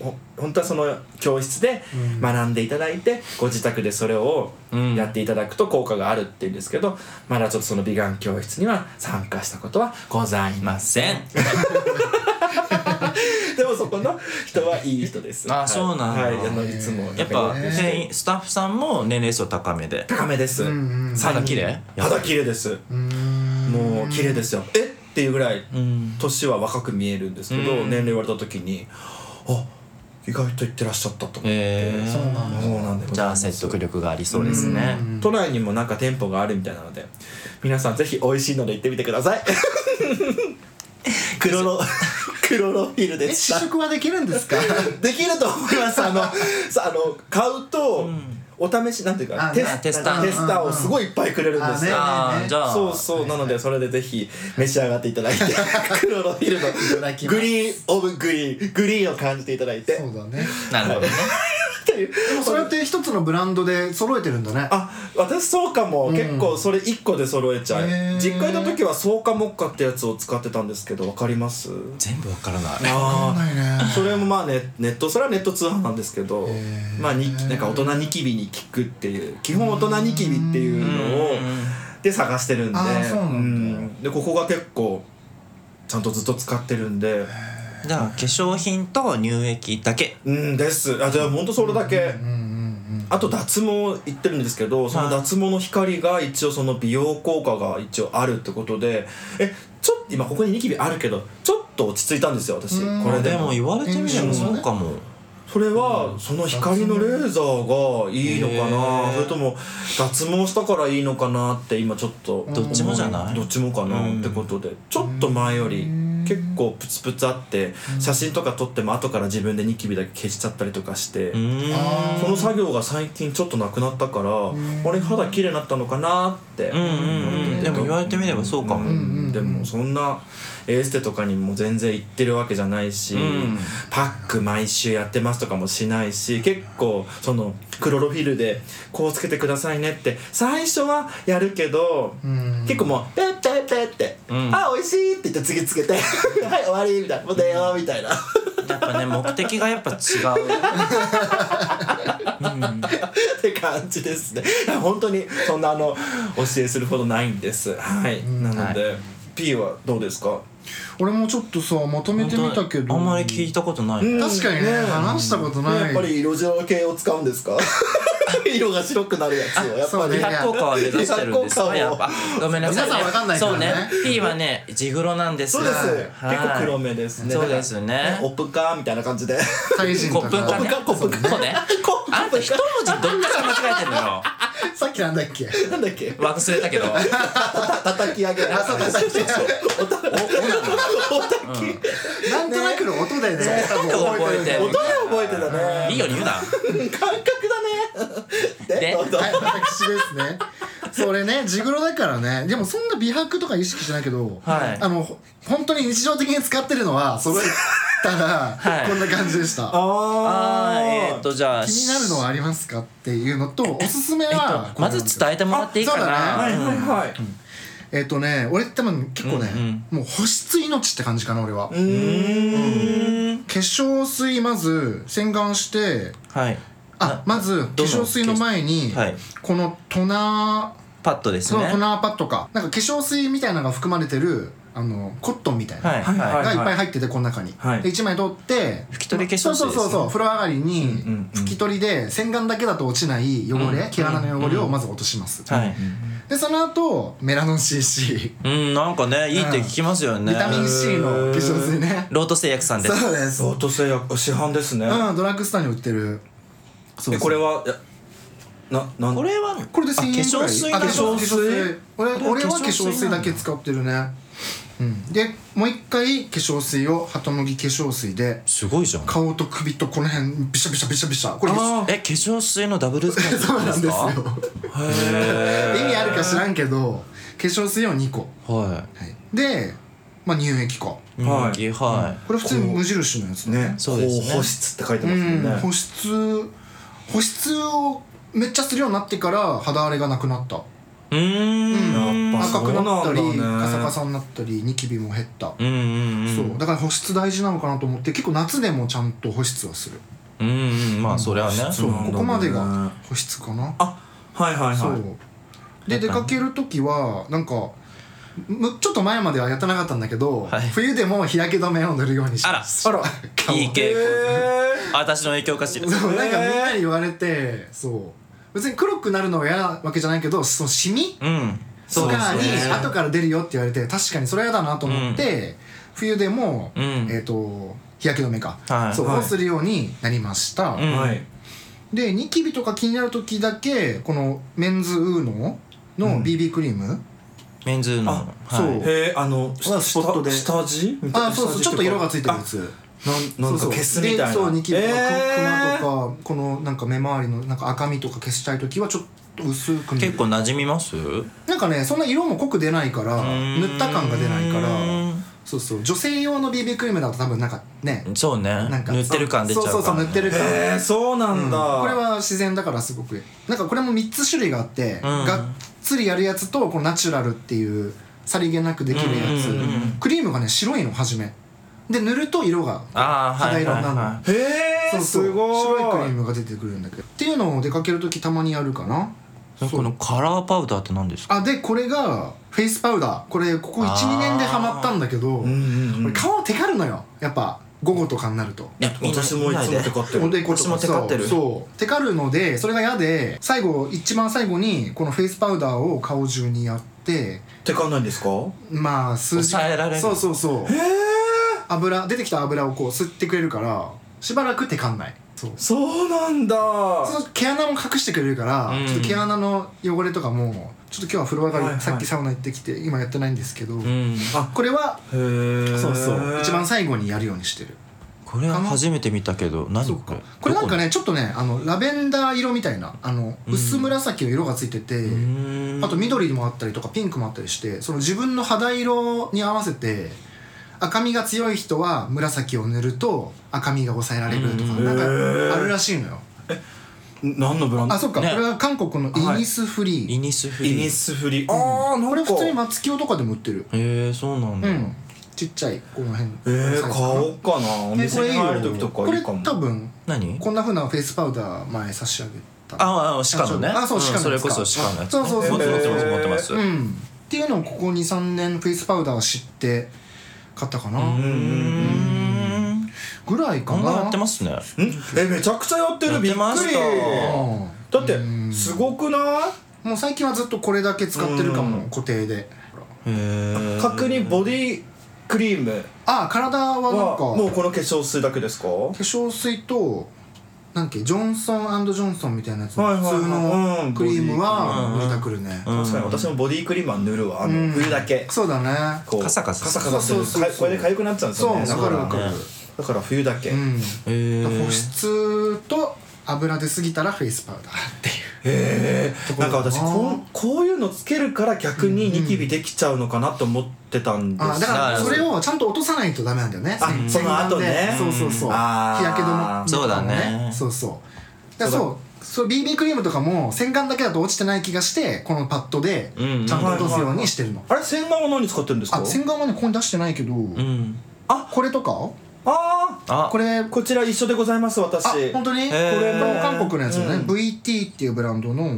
[SPEAKER 1] ほ本当はその教室で
[SPEAKER 3] うん
[SPEAKER 1] 学んでいただいて、ご自宅でそれを
[SPEAKER 2] うん
[SPEAKER 1] やっていただくと効果があるって言うんですけど、まだちょっとその美顔教室には参加したことはござい
[SPEAKER 2] い ま
[SPEAKER 1] ます
[SPEAKER 2] せん
[SPEAKER 1] でもそこの人はいい人です
[SPEAKER 2] あ
[SPEAKER 1] はい
[SPEAKER 2] そうなんだ
[SPEAKER 1] はい、あのいつ も
[SPEAKER 2] やっ
[SPEAKER 1] 仲良
[SPEAKER 2] ぱ
[SPEAKER 1] く
[SPEAKER 3] ね
[SPEAKER 2] 店員スタッフさんも年齢層高めで
[SPEAKER 1] 高めです、
[SPEAKER 3] うんうん
[SPEAKER 1] 三人
[SPEAKER 2] 肌綺麗
[SPEAKER 1] 肌綺麗です
[SPEAKER 3] うん
[SPEAKER 1] もう綺麗ですよえっていうぐらい
[SPEAKER 2] うん
[SPEAKER 1] 年は若く見えるんですけど、
[SPEAKER 2] うん
[SPEAKER 1] 年齢言われた時にあ意外と言ってらっしゃったと思って、
[SPEAKER 2] え
[SPEAKER 3] そうなんだ
[SPEAKER 1] そうなんでご
[SPEAKER 2] じ
[SPEAKER 1] ざい
[SPEAKER 2] ゃ
[SPEAKER 1] ま
[SPEAKER 2] あ
[SPEAKER 1] す
[SPEAKER 2] 説得力がありそうですね
[SPEAKER 3] うん
[SPEAKER 1] 都内にもなんか店舗があるみたいなので皆さんぜひ美味しいので行ってみてくだ さいクロロクロロフィルで
[SPEAKER 3] え
[SPEAKER 1] し
[SPEAKER 3] 試
[SPEAKER 1] た
[SPEAKER 3] 食はできるんですか
[SPEAKER 1] できると思いますあのさあの買うと、お試しなんていうか
[SPEAKER 3] あ
[SPEAKER 1] テ
[SPEAKER 2] ね
[SPEAKER 1] ス
[SPEAKER 2] テスター
[SPEAKER 1] テスターをすごいいっぱいくれるんですよ、
[SPEAKER 2] ああじゃあ
[SPEAKER 1] そうそうなのでそれでぜひ召し上がっていただ いてクロロフィル
[SPEAKER 3] だき
[SPEAKER 1] の
[SPEAKER 3] ます
[SPEAKER 1] グリーンオブグリーングリーンを感じていただいて
[SPEAKER 3] そうだね
[SPEAKER 2] なるほどね
[SPEAKER 1] っていう
[SPEAKER 3] でもそれって一つのブランドで揃えてるんだね
[SPEAKER 1] あ私そうかも、
[SPEAKER 3] ん
[SPEAKER 1] 結構それ1個で揃えちゃう
[SPEAKER 3] へー
[SPEAKER 1] 実家行った時はそうかもっかってやつを使ってたんですけどわかります
[SPEAKER 2] 全部わからない
[SPEAKER 1] あ
[SPEAKER 3] ないね
[SPEAKER 1] あそれもまあねネットそれはネット通販なんですけど
[SPEAKER 3] へー
[SPEAKER 1] まあになんか大人ニキビに効くっていう基本大人ニキビっていうのをで探してるんで
[SPEAKER 3] あーそうなんだ
[SPEAKER 1] うんでここが結構ちゃんとずっと使ってるんで
[SPEAKER 2] じゃあ化粧品と乳液だけ
[SPEAKER 1] うんですあじゃあほんとそれだけ、
[SPEAKER 3] うんうん
[SPEAKER 1] あと脱毛言ってるんですけどその脱毛の光が一応その美容効果が一応あるってことでえちょっと今ここにニキビあるけどちょっと落ち着いたんですよ私
[SPEAKER 3] うん
[SPEAKER 1] これで
[SPEAKER 2] でも言われてみればそうかも
[SPEAKER 1] それはその光のレーザーがいいのか
[SPEAKER 2] へ
[SPEAKER 1] な
[SPEAKER 2] ー
[SPEAKER 1] それとも脱毛したからいいのかなって今ちょっと
[SPEAKER 3] ん
[SPEAKER 2] どっちもじゃない
[SPEAKER 1] どっちもかなってことでちょっと前より結構プツプツあって写真とか撮っても後から自分でニキビだけ消しちゃったりとかして
[SPEAKER 2] うーん
[SPEAKER 3] あ
[SPEAKER 1] その作業が最近ちょっとなくなったからあれ肌綺麗になったのかなって
[SPEAKER 2] うんうんうんでも言われてみればそうかも、
[SPEAKER 3] んうんうん
[SPEAKER 1] でもそんなエステとかにも全然行ってるわけじゃないし、
[SPEAKER 2] うん
[SPEAKER 1] パック毎週やってますとかもしないし結構そのクロロフィルでこうつけてくださいねって最初はやるけど、
[SPEAKER 3] ん
[SPEAKER 1] 結構もう「ペッペッペッ」って「
[SPEAKER 2] ん
[SPEAKER 1] あ美味しい」って言って次つけて「 はい終わり」みたいな「もう出よう」みたいな。
[SPEAKER 2] やっぱね目的がやっぱ違う
[SPEAKER 1] って感じですね本当にそんなあの教えするほどないんですはいなので、P はどうですか
[SPEAKER 3] 俺もちょっとさまとめてみたけど
[SPEAKER 2] あんまり聞いたことない、
[SPEAKER 1] うん
[SPEAKER 3] 確かにね
[SPEAKER 1] ね
[SPEAKER 3] 話したことない
[SPEAKER 1] やっぱり色白系を使うんですか色が白くなるやつをやっぱ
[SPEAKER 3] そう
[SPEAKER 1] り
[SPEAKER 3] ね
[SPEAKER 2] 美白効果は目指してるんです
[SPEAKER 1] 美白効果を
[SPEAKER 2] かやっぱごめんなさい、ね、
[SPEAKER 3] 皆さんわかんないからね
[SPEAKER 2] そうね P はね地黒なんです
[SPEAKER 1] そうです、
[SPEAKER 2] はい
[SPEAKER 1] 結構黒目ですね
[SPEAKER 2] そうですね
[SPEAKER 1] だからオプカーみたいな感じで
[SPEAKER 3] タイ人
[SPEAKER 2] コ
[SPEAKER 3] と
[SPEAKER 2] ップン
[SPEAKER 3] か
[SPEAKER 2] カね
[SPEAKER 1] コップンカ
[SPEAKER 2] そうね
[SPEAKER 1] コップンカ
[SPEAKER 2] あんた一文字どっかで間違えてんのよ
[SPEAKER 3] さっきなんだっけ
[SPEAKER 1] なんだっけ
[SPEAKER 2] 忘れたけど
[SPEAKER 1] た叩き上げあそうそうそうそうおたおたき
[SPEAKER 3] なんとなくの音でね多分
[SPEAKER 2] 覚えて
[SPEAKER 1] 音で覚えてたね
[SPEAKER 2] いいように言うな
[SPEAKER 1] 感覚だね
[SPEAKER 2] で
[SPEAKER 1] どうぞ
[SPEAKER 3] はい私ですねそれね地黒だからねでもそんな美白とか意識してないけど、
[SPEAKER 2] はい
[SPEAKER 3] あのほ本当に日常的に使ってるのは揃えたら、
[SPEAKER 2] はい
[SPEAKER 3] こんな感じでした
[SPEAKER 2] あーえー、っとじゃあ
[SPEAKER 3] 気になるのはありますかっていうのとおすすめ
[SPEAKER 2] えっ
[SPEAKER 3] は、
[SPEAKER 2] とまず伝えてもらっていいかな
[SPEAKER 3] あそうだね
[SPEAKER 1] はいはい
[SPEAKER 3] えっとね俺多分結構ね、
[SPEAKER 2] うんうん
[SPEAKER 3] もう保湿命って感じかな俺は、
[SPEAKER 1] う
[SPEAKER 3] 化
[SPEAKER 1] ーん
[SPEAKER 3] 粧水まず洗顔して
[SPEAKER 2] はい
[SPEAKER 3] あまず化
[SPEAKER 2] どの
[SPEAKER 3] 粧水の前に、
[SPEAKER 2] はい
[SPEAKER 3] このトナー
[SPEAKER 2] パッドです
[SPEAKER 3] そ
[SPEAKER 2] ね
[SPEAKER 3] のトナーパッドかなんか化粧水みたいなのが含まれてるあのコットンみたいな、
[SPEAKER 2] はいはい
[SPEAKER 1] はい
[SPEAKER 3] がいっぱい入っててこの中に、
[SPEAKER 1] はい
[SPEAKER 3] で1枚取って
[SPEAKER 2] 拭き取り化粧水ですね
[SPEAKER 3] そうそうそうそう風呂上がりに
[SPEAKER 1] んうんうん
[SPEAKER 3] 拭き取りで洗顔だけだと落ちない汚れ、
[SPEAKER 2] うん
[SPEAKER 3] 毛穴の汚れをまず落とします、
[SPEAKER 2] はい
[SPEAKER 3] でその後メラノン CC
[SPEAKER 2] うんなんかねいいって聞きますよね、
[SPEAKER 3] ビタミン C の化粧水ね
[SPEAKER 2] ロート製薬さんです
[SPEAKER 3] そうです
[SPEAKER 1] ロート製薬市販ですね、
[SPEAKER 3] うんドラッグストアに売ってるそう
[SPEAKER 1] えこれはいやななん
[SPEAKER 2] これは
[SPEAKER 3] これで
[SPEAKER 2] あ化
[SPEAKER 3] 1000円くら
[SPEAKER 2] 粧
[SPEAKER 3] い
[SPEAKER 2] 水
[SPEAKER 3] あ
[SPEAKER 2] な
[SPEAKER 3] 化
[SPEAKER 2] の
[SPEAKER 3] 粧水俺
[SPEAKER 2] これ
[SPEAKER 3] 俺は化
[SPEAKER 2] 化粧水
[SPEAKER 3] 粧水だけ使ってるねうんでもう一回化粧水をハトムギ化粧水です
[SPEAKER 2] ごいじゃん
[SPEAKER 3] 顔と首とこの辺ビシャビシャビシャビシャこれそ
[SPEAKER 2] え化粧水のダブル使いってこ
[SPEAKER 3] う
[SPEAKER 2] と
[SPEAKER 3] なん
[SPEAKER 2] で
[SPEAKER 3] ですすよ
[SPEAKER 2] か
[SPEAKER 3] 意味あるか知らんけど化粧水を2個、
[SPEAKER 2] は
[SPEAKER 3] はい、で、まあ、乳液か
[SPEAKER 2] い
[SPEAKER 1] はい
[SPEAKER 2] 人気は
[SPEAKER 3] これ普通に無印のやつ
[SPEAKER 1] ね
[SPEAKER 2] そうですね
[SPEAKER 1] 高保湿って書いて
[SPEAKER 3] う
[SPEAKER 1] ますよ
[SPEAKER 3] ん
[SPEAKER 1] ね、
[SPEAKER 3] 保湿保湿をめっちゃするようになってから肌荒れがなくなった
[SPEAKER 2] いうーん
[SPEAKER 1] やっぱ
[SPEAKER 3] 赤くなったり、
[SPEAKER 1] そうなんだね
[SPEAKER 3] カサカサになったりニキビも減った、
[SPEAKER 2] うんうんうん
[SPEAKER 3] そうだから保湿大事なのかなと思って結構夏でもちゃんと保湿はする、
[SPEAKER 2] うんうんまあそれはね
[SPEAKER 1] そ
[SPEAKER 3] そうう
[SPEAKER 1] なんだね
[SPEAKER 3] ここまでが保湿かな
[SPEAKER 1] あはいはい
[SPEAKER 3] そ
[SPEAKER 1] は
[SPEAKER 3] う
[SPEAKER 1] い
[SPEAKER 3] で出かける時はなんかむちょっと前まではやってなかったんだけど、
[SPEAKER 2] はい
[SPEAKER 3] 冬でも日焼け止めを塗るようにし
[SPEAKER 2] あ
[SPEAKER 3] ま
[SPEAKER 2] ら
[SPEAKER 3] す
[SPEAKER 1] あら
[SPEAKER 3] 顔
[SPEAKER 2] いい
[SPEAKER 1] え
[SPEAKER 2] 傾向
[SPEAKER 1] ー
[SPEAKER 2] 私の影響かしら
[SPEAKER 3] そうなんか
[SPEAKER 1] えー
[SPEAKER 3] みんなに言われてそう別に黒くなるのが嫌なわけじゃないけどそのシミ
[SPEAKER 2] うん
[SPEAKER 3] と
[SPEAKER 2] そうで
[SPEAKER 3] か
[SPEAKER 2] すね
[SPEAKER 3] に後から出るよって言われて確かにそれは嫌だなと思って、冬でも、
[SPEAKER 2] うん
[SPEAKER 3] えっ、と日焼け止めか、
[SPEAKER 2] はい
[SPEAKER 3] そう、
[SPEAKER 1] はい
[SPEAKER 3] をするようになりました、
[SPEAKER 2] うん
[SPEAKER 1] はい
[SPEAKER 3] でニキビとか気になる時だけこのメンズウーノの BB クリーム、
[SPEAKER 2] メンズの
[SPEAKER 1] あ
[SPEAKER 2] はい
[SPEAKER 3] そう
[SPEAKER 1] へえあの
[SPEAKER 3] まあスポットで
[SPEAKER 1] 下下地みたいな
[SPEAKER 3] あそうそうちょっと色がついてるやつ
[SPEAKER 1] 下地っていうかあなんなんか消すみたいな
[SPEAKER 3] そうそうでそうニキビとかク
[SPEAKER 1] えー
[SPEAKER 3] クマとかこのなんか目周りのなんか赤みとか消したい時はちょっと薄く塗る
[SPEAKER 2] 結構馴染みますう
[SPEAKER 3] なんかねそんな色も濃く出ないから
[SPEAKER 2] ーん
[SPEAKER 3] 塗った感が出ないからそうそう女性用の BB クリームだと多分なんかね
[SPEAKER 2] そうね
[SPEAKER 3] なんか
[SPEAKER 2] 塗ってる感出ちゃうから
[SPEAKER 3] そうそうそう塗ってる感
[SPEAKER 1] えー、そうなんだ、
[SPEAKER 3] これは自然だからすごくなんかこれも3つ種類があって、がっつりやるやつとこのナチュラルっていうさりげなくできるやつ、
[SPEAKER 2] うんうんうんうん
[SPEAKER 3] クリームがね白いの初めで塗ると色が
[SPEAKER 2] ああは
[SPEAKER 3] 肌
[SPEAKER 2] い
[SPEAKER 3] 色
[SPEAKER 2] はい
[SPEAKER 3] になるの、
[SPEAKER 2] は
[SPEAKER 1] へえ
[SPEAKER 3] そうそう
[SPEAKER 1] すごい
[SPEAKER 3] 白いクリームが出てくるんだけどっていうのを出かける時たまにやるかない
[SPEAKER 2] このカラーパウダーって何ですか
[SPEAKER 3] あでこれがフェイスパウダーこれここ
[SPEAKER 2] あー
[SPEAKER 3] 12年でハマったんだけど、
[SPEAKER 1] うんうんうん
[SPEAKER 3] 俺顔テカるのよやっぱ午後とかになると。
[SPEAKER 2] いや
[SPEAKER 1] 私もいつもテカって
[SPEAKER 3] お
[SPEAKER 1] る
[SPEAKER 3] でこと
[SPEAKER 2] 私
[SPEAKER 3] か
[SPEAKER 2] もテカってる
[SPEAKER 3] そうそうテカるのでそれが嫌で最後一番最後にこのフェイスパウダーを顔中にやって
[SPEAKER 1] テカんないんですか
[SPEAKER 3] まあ数時間
[SPEAKER 2] 抑えられる
[SPEAKER 3] そうそうそう油出てきた油をこう吸ってくれるからしばらくテカんないそう
[SPEAKER 1] そうなんだ
[SPEAKER 3] その毛穴も隠してくれるから、
[SPEAKER 2] うん
[SPEAKER 3] ちょっと毛穴の汚れとかもちょっと今日は風呂上がり、
[SPEAKER 1] はいはい
[SPEAKER 3] さっきサウナ行ってきて今やってないんですけど、
[SPEAKER 2] うん
[SPEAKER 1] あ
[SPEAKER 3] これは
[SPEAKER 1] へえ
[SPEAKER 3] そうそう一番最後にやるようにしてる
[SPEAKER 2] これは初めて見たけど何
[SPEAKER 3] そう
[SPEAKER 2] こ
[SPEAKER 3] か
[SPEAKER 2] れ
[SPEAKER 3] これなんか
[SPEAKER 2] ね
[SPEAKER 3] ねちょっとねあのラベンダー色みたいなあの
[SPEAKER 2] うん
[SPEAKER 3] 薄紫の色がついてて、あと緑もあったりとかピンクもあったりしてその自分の肌色に合わせて赤みが強い人は紫を塗ると赤みが抑えられるとか、
[SPEAKER 2] うん
[SPEAKER 3] なん
[SPEAKER 1] へー
[SPEAKER 3] かあるらしいのよ、
[SPEAKER 1] 何のブランド
[SPEAKER 3] あそっか、
[SPEAKER 2] ね
[SPEAKER 3] これは韓国のイニスフリー、
[SPEAKER 2] イニスフ
[SPEAKER 1] イ
[SPEAKER 2] リー
[SPEAKER 1] ニスフリー
[SPEAKER 3] あ
[SPEAKER 1] あ
[SPEAKER 3] あ
[SPEAKER 1] あ
[SPEAKER 3] こ
[SPEAKER 1] こ
[SPEAKER 3] れ
[SPEAKER 1] れ
[SPEAKER 3] 普
[SPEAKER 1] 普
[SPEAKER 3] 通
[SPEAKER 1] 通
[SPEAKER 3] に
[SPEAKER 1] に
[SPEAKER 3] 松清とかでも売ってる
[SPEAKER 2] えー、そうなん
[SPEAKER 3] う
[SPEAKER 2] だ、
[SPEAKER 3] んちっちゃいこの辺
[SPEAKER 1] えー、
[SPEAKER 3] サイズかな
[SPEAKER 1] 買おうかなお
[SPEAKER 3] えこ
[SPEAKER 1] 店
[SPEAKER 3] れ
[SPEAKER 1] に
[SPEAKER 3] いいよ
[SPEAKER 1] 入る時とかいいか
[SPEAKER 3] これ
[SPEAKER 1] も
[SPEAKER 3] 多分
[SPEAKER 2] 何
[SPEAKER 3] こんなふうなフェイスパウダー前差し上げた
[SPEAKER 2] ああ鹿のね
[SPEAKER 3] あそうん鹿のやつか
[SPEAKER 2] それこそ鹿のやつ、ね、
[SPEAKER 3] そうそうそう
[SPEAKER 2] 持って持ってます持ってます、
[SPEAKER 3] うんっていうのをここ23年フェイスパウダーを知って買ったかな
[SPEAKER 2] うーん
[SPEAKER 3] ぐらいか
[SPEAKER 2] ガンガン
[SPEAKER 3] な
[SPEAKER 2] やってますね
[SPEAKER 1] んえめちゃくちゃやって
[SPEAKER 2] や
[SPEAKER 1] る
[SPEAKER 2] っ
[SPEAKER 1] びってくり
[SPEAKER 2] ました
[SPEAKER 3] うん
[SPEAKER 1] だってすごくない
[SPEAKER 3] もう最近はずっとこれだけ使ってるかも
[SPEAKER 1] うん
[SPEAKER 3] 固定で
[SPEAKER 2] へえ
[SPEAKER 1] 角にボディクリーム
[SPEAKER 3] あ体はなん
[SPEAKER 1] は
[SPEAKER 3] か
[SPEAKER 1] もうこの化粧水だけですか
[SPEAKER 3] 化粧水となんだっけジョンソンジョンソンみたいなやつ
[SPEAKER 1] はい
[SPEAKER 3] の
[SPEAKER 1] はいはい
[SPEAKER 3] 普通
[SPEAKER 1] う
[SPEAKER 3] の
[SPEAKER 1] ん
[SPEAKER 3] クリームは
[SPEAKER 2] ボディ
[SPEAKER 3] 出てくるね
[SPEAKER 2] うん
[SPEAKER 1] 確かに私もボディクリームは塗るわあ
[SPEAKER 3] うん
[SPEAKER 1] の冬だけ
[SPEAKER 3] そうだね
[SPEAKER 1] こう
[SPEAKER 2] カサカサ
[SPEAKER 1] カサカサする
[SPEAKER 3] そうそうそう
[SPEAKER 1] かこれで痒くなっちゃうんです
[SPEAKER 3] そ
[SPEAKER 1] よ
[SPEAKER 3] う
[SPEAKER 1] ね
[SPEAKER 3] わかるわかる
[SPEAKER 1] だらだから冬だけ
[SPEAKER 3] う
[SPEAKER 1] へ
[SPEAKER 3] ん
[SPEAKER 2] へー
[SPEAKER 3] 保湿と油出過ぎたらフェイスパウダーっていう
[SPEAKER 1] え
[SPEAKER 3] ところ
[SPEAKER 1] なんか
[SPEAKER 3] だな
[SPEAKER 1] 私こうこういうのつけるから逆にニキビできちゃうのかなと思ってたんです
[SPEAKER 3] あだから
[SPEAKER 2] あ
[SPEAKER 3] それをちゃんと落とさないとダメなんだよね
[SPEAKER 1] あ
[SPEAKER 3] 洗
[SPEAKER 1] その後ね
[SPEAKER 3] 洗顔でそうそうそう
[SPEAKER 1] うんあー
[SPEAKER 3] 日焼け止め
[SPEAKER 2] そうだね
[SPEAKER 3] そうそうだからそうそう BB クリームとかも洗顔だけだと落ちてない気がしてこのパッドで
[SPEAKER 2] うんうん
[SPEAKER 3] ちゃんと落とすようにしてるの
[SPEAKER 1] あれ洗顔は何使ってるんですか
[SPEAKER 3] あ洗顔はねここに出してないけど
[SPEAKER 2] うん
[SPEAKER 3] あこれとか
[SPEAKER 1] あー
[SPEAKER 2] あ
[SPEAKER 3] これ
[SPEAKER 1] こちら一緒でございます私
[SPEAKER 3] あ本当にこ
[SPEAKER 2] ー
[SPEAKER 3] れも韓国のやつよね
[SPEAKER 1] うん
[SPEAKER 3] VT っていうブランドの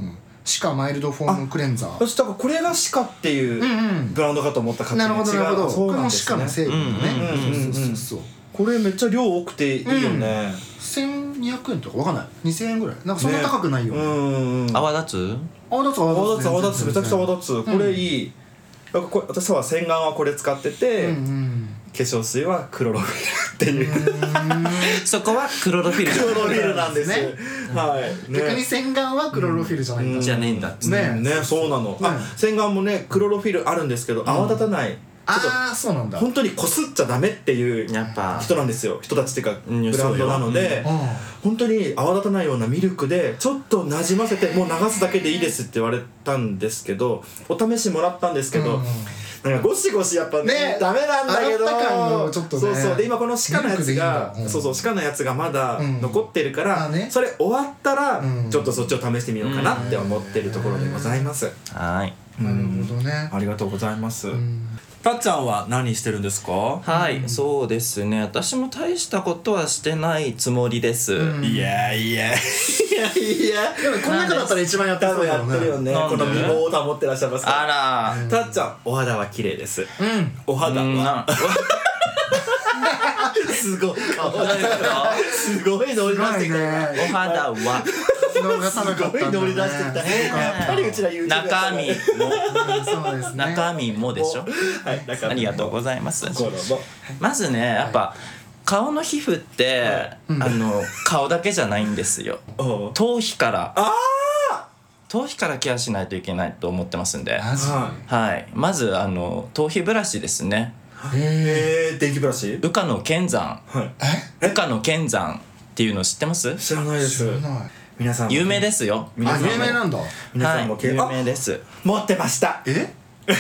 [SPEAKER 3] シカマイルドフォームクレンザー
[SPEAKER 1] 私だからこれがシカっていう
[SPEAKER 3] うんうん
[SPEAKER 1] ブランドかと思った勝
[SPEAKER 3] な
[SPEAKER 1] 手に
[SPEAKER 3] るほど
[SPEAKER 1] 違う
[SPEAKER 3] なるほど
[SPEAKER 1] そう
[SPEAKER 3] これ
[SPEAKER 1] なん
[SPEAKER 3] も
[SPEAKER 1] で
[SPEAKER 3] シ
[SPEAKER 1] す
[SPEAKER 3] カの成
[SPEAKER 1] ね
[SPEAKER 3] 分の
[SPEAKER 1] うん
[SPEAKER 3] ね
[SPEAKER 1] うんうんうん
[SPEAKER 3] そうそうそうそう
[SPEAKER 1] これめっちゃ量多くていいよね
[SPEAKER 3] 1200円とかわかんない2000円ぐらいなんかそんな高くないよ
[SPEAKER 1] う
[SPEAKER 3] ね
[SPEAKER 1] んうん
[SPEAKER 2] 泡立
[SPEAKER 3] 泡立つ泡
[SPEAKER 1] 泡
[SPEAKER 3] 立
[SPEAKER 1] 立
[SPEAKER 3] つ
[SPEAKER 1] つ泡立つめちゃくちゃ泡立つこれ
[SPEAKER 3] い
[SPEAKER 1] いいなんかこれ私は洗顔はこれ使ってて
[SPEAKER 3] うんうん
[SPEAKER 1] 化粧水はクロロフィルっていう
[SPEAKER 2] つ そこはクロロフィルじゃ
[SPEAKER 1] ク
[SPEAKER 2] な
[SPEAKER 1] ロ
[SPEAKER 2] い
[SPEAKER 1] ロフィルなんです
[SPEAKER 3] ね
[SPEAKER 1] はい
[SPEAKER 3] 逆に
[SPEAKER 1] ね
[SPEAKER 3] 洗顔はクロロフィルじゃないんだ
[SPEAKER 2] じゃねえんだっつって
[SPEAKER 3] ね
[SPEAKER 1] ねそうなのあ
[SPEAKER 3] ね
[SPEAKER 1] 洗顔もねクロロフィルあるんですけど泡立たないちょっと
[SPEAKER 3] ああそうなんだ
[SPEAKER 1] 本当にこすっちゃダメっていう
[SPEAKER 2] やっぱ
[SPEAKER 1] 人なんですよ人たちっていうか
[SPEAKER 2] うんいや
[SPEAKER 1] ブランドなので
[SPEAKER 3] そうようん
[SPEAKER 1] 本当に泡立たないようなミルクでちょっとなじませてもう流すだけでいいですって言われたんですけどお試しもらったんですけど、
[SPEAKER 3] うん
[SPEAKER 1] なんかゴシゴシやっぱね
[SPEAKER 3] ね
[SPEAKER 1] ダメなんだけど
[SPEAKER 3] 洗った感もちょっとね
[SPEAKER 1] そうそうで今この鹿のやつ
[SPEAKER 3] ミ
[SPEAKER 1] が
[SPEAKER 3] ルクでいいんだうん
[SPEAKER 1] そうそう鹿のやつがまだ
[SPEAKER 3] うん
[SPEAKER 1] 残ってるから、
[SPEAKER 3] あね
[SPEAKER 1] それ終わったら
[SPEAKER 3] うん
[SPEAKER 1] ちょっとそっちを試してみようかなって思ってるところでございます、
[SPEAKER 2] はーい
[SPEAKER 1] うん
[SPEAKER 3] なるほどね
[SPEAKER 1] ありがとうございます、
[SPEAKER 3] うん
[SPEAKER 1] たっちゃんは何してるんですか
[SPEAKER 2] はい、そうですね私も大したことはしてないつもりです、
[SPEAKER 3] ん
[SPEAKER 1] いやいやいやいや
[SPEAKER 3] でもこの中だったら一番やって
[SPEAKER 1] 多
[SPEAKER 3] そう
[SPEAKER 1] 分
[SPEAKER 3] だ
[SPEAKER 1] や
[SPEAKER 3] ろ
[SPEAKER 1] ってるよ
[SPEAKER 3] う
[SPEAKER 1] ね
[SPEAKER 3] ね
[SPEAKER 2] なんで
[SPEAKER 1] この美貌を保ってらっしゃいますから
[SPEAKER 2] あら
[SPEAKER 1] たっちゃんお肌は綺麗です
[SPEAKER 3] うん
[SPEAKER 1] お肌
[SPEAKER 2] うん
[SPEAKER 1] は
[SPEAKER 2] な
[SPEAKER 1] すごい顔
[SPEAKER 2] どういうこと
[SPEAKER 1] すごい乗り出してきた
[SPEAKER 2] お肌は
[SPEAKER 3] 動画さな
[SPEAKER 1] す
[SPEAKER 3] かっ
[SPEAKER 1] ご
[SPEAKER 3] た
[SPEAKER 1] い
[SPEAKER 3] んだ
[SPEAKER 1] 乗
[SPEAKER 3] ね
[SPEAKER 1] り出してきたやっぱりうちら YouTube
[SPEAKER 2] 中身も
[SPEAKER 3] うんそうですね
[SPEAKER 2] 中身もでしょ
[SPEAKER 1] はい中身
[SPEAKER 2] ありがとうございます
[SPEAKER 1] 心も
[SPEAKER 2] まずねやっぱ、顔の皮膚って、あの顔だけじゃないんですよ
[SPEAKER 1] おう
[SPEAKER 2] 頭皮から
[SPEAKER 1] あ
[SPEAKER 2] 頭皮からケアしないといけないと思ってますんで
[SPEAKER 3] マジ
[SPEAKER 1] は
[SPEAKER 2] はいまずあの頭皮ブラシですね
[SPEAKER 3] え
[SPEAKER 1] えー電気ブラシ
[SPEAKER 2] 羽化の剣山
[SPEAKER 1] はい
[SPEAKER 2] 羽化の剣山っていうの知ってます
[SPEAKER 1] 知らないです
[SPEAKER 3] ーない
[SPEAKER 1] 皆さんも
[SPEAKER 2] 有名ですよ
[SPEAKER 1] 皆
[SPEAKER 3] あ
[SPEAKER 1] さんも
[SPEAKER 3] 有名なんだ
[SPEAKER 1] 皆さんも
[SPEAKER 2] はい
[SPEAKER 1] け
[SPEAKER 2] 有
[SPEAKER 1] あ
[SPEAKER 2] 名です
[SPEAKER 1] 持ってました
[SPEAKER 3] えどれ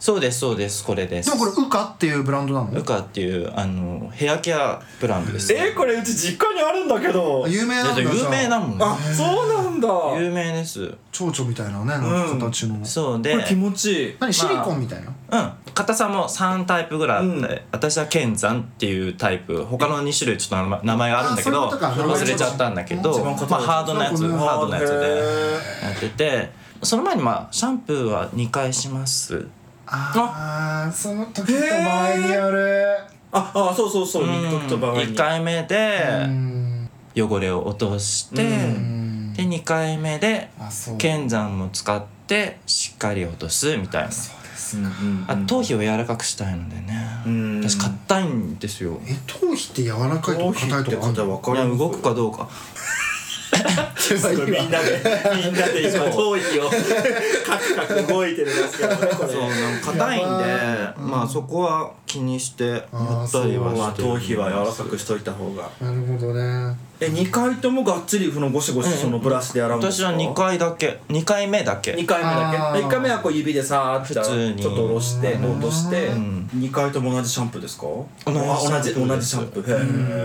[SPEAKER 2] そうですそうですこれで
[SPEAKER 3] ですもこれウカっていうブランドな
[SPEAKER 2] ル
[SPEAKER 3] の
[SPEAKER 2] カっていうあのヘアケアブランドです
[SPEAKER 1] えーこれうち実家にあるんだけど
[SPEAKER 3] 有名
[SPEAKER 2] だ
[SPEAKER 3] な
[SPEAKER 2] っ
[SPEAKER 3] ん
[SPEAKER 2] て
[SPEAKER 3] だじゃ
[SPEAKER 2] 有
[SPEAKER 3] あ
[SPEAKER 2] 名だもん
[SPEAKER 1] あそうなんだ
[SPEAKER 2] 有名です
[SPEAKER 3] 蝶々みたいなねなんか形の
[SPEAKER 2] そうで
[SPEAKER 1] これ気持ちいい
[SPEAKER 3] 何シリコンみたいな
[SPEAKER 2] うん硬さも3タイプぐらいあって、
[SPEAKER 1] うん
[SPEAKER 2] 私は剣山っていうタイプ他の2種類ちょっと名名前があるんだけど
[SPEAKER 3] あそういうことか
[SPEAKER 2] 忘れちゃったんだけど、
[SPEAKER 1] 一番
[SPEAKER 2] まあ、
[SPEAKER 1] 硬い
[SPEAKER 2] ハードなやつ
[SPEAKER 3] なんか
[SPEAKER 2] ハードなやつ
[SPEAKER 1] へ
[SPEAKER 2] で
[SPEAKER 1] ー
[SPEAKER 2] やっててその前にまあシャンプーは2回します
[SPEAKER 3] ああその時と場合による、
[SPEAKER 1] ああそうそうそう
[SPEAKER 2] うん
[SPEAKER 1] 肉と場合に
[SPEAKER 2] 1回目
[SPEAKER 3] う
[SPEAKER 2] で
[SPEAKER 3] ん
[SPEAKER 2] 汚れを落として、
[SPEAKER 3] うん
[SPEAKER 2] で2回目で
[SPEAKER 3] あそう
[SPEAKER 2] 剣山も使ってしっかり落とすみたいな
[SPEAKER 1] うんうん
[SPEAKER 2] あ頭皮を柔らかくしたいのでね
[SPEAKER 1] うん
[SPEAKER 2] 私硬いんですよ
[SPEAKER 3] え頭皮って柔らかい
[SPEAKER 1] 頭
[SPEAKER 3] とか
[SPEAKER 1] 皮
[SPEAKER 3] 硬い
[SPEAKER 1] っ
[SPEAKER 3] と
[SPEAKER 1] て
[SPEAKER 3] かある
[SPEAKER 1] 方
[SPEAKER 3] の
[SPEAKER 1] わか
[SPEAKER 2] いや
[SPEAKER 1] ります
[SPEAKER 2] 動くかどうか
[SPEAKER 3] すればいい
[SPEAKER 1] み
[SPEAKER 3] わ
[SPEAKER 1] んなでみんなで今頭皮をカクカク動いてるんですけどねこれ
[SPEAKER 2] そうなんか硬いんで
[SPEAKER 3] や、
[SPEAKER 2] まあそこは気にしてやったりは
[SPEAKER 1] まあ
[SPEAKER 2] してる
[SPEAKER 1] 頭皮は柔らかくしといた方が
[SPEAKER 3] なるほどね
[SPEAKER 1] え二回ともがっつりそのゴシゴシそのブラシで洗うんです
[SPEAKER 2] 私
[SPEAKER 1] か
[SPEAKER 2] は2回だけ2回目だけ
[SPEAKER 1] 二回目だ
[SPEAKER 3] あ
[SPEAKER 1] け
[SPEAKER 3] ー
[SPEAKER 1] 一回目はこう指でさーっと
[SPEAKER 2] 普通に
[SPEAKER 1] ちょっと下ろして落として
[SPEAKER 2] ん
[SPEAKER 1] 二回とも同じシャンプーですか
[SPEAKER 2] 同じ
[SPEAKER 1] あ同
[SPEAKER 2] シャン
[SPEAKER 1] じ
[SPEAKER 2] プー
[SPEAKER 1] 同
[SPEAKER 2] で
[SPEAKER 1] じシ
[SPEAKER 2] す
[SPEAKER 1] ャンプーへ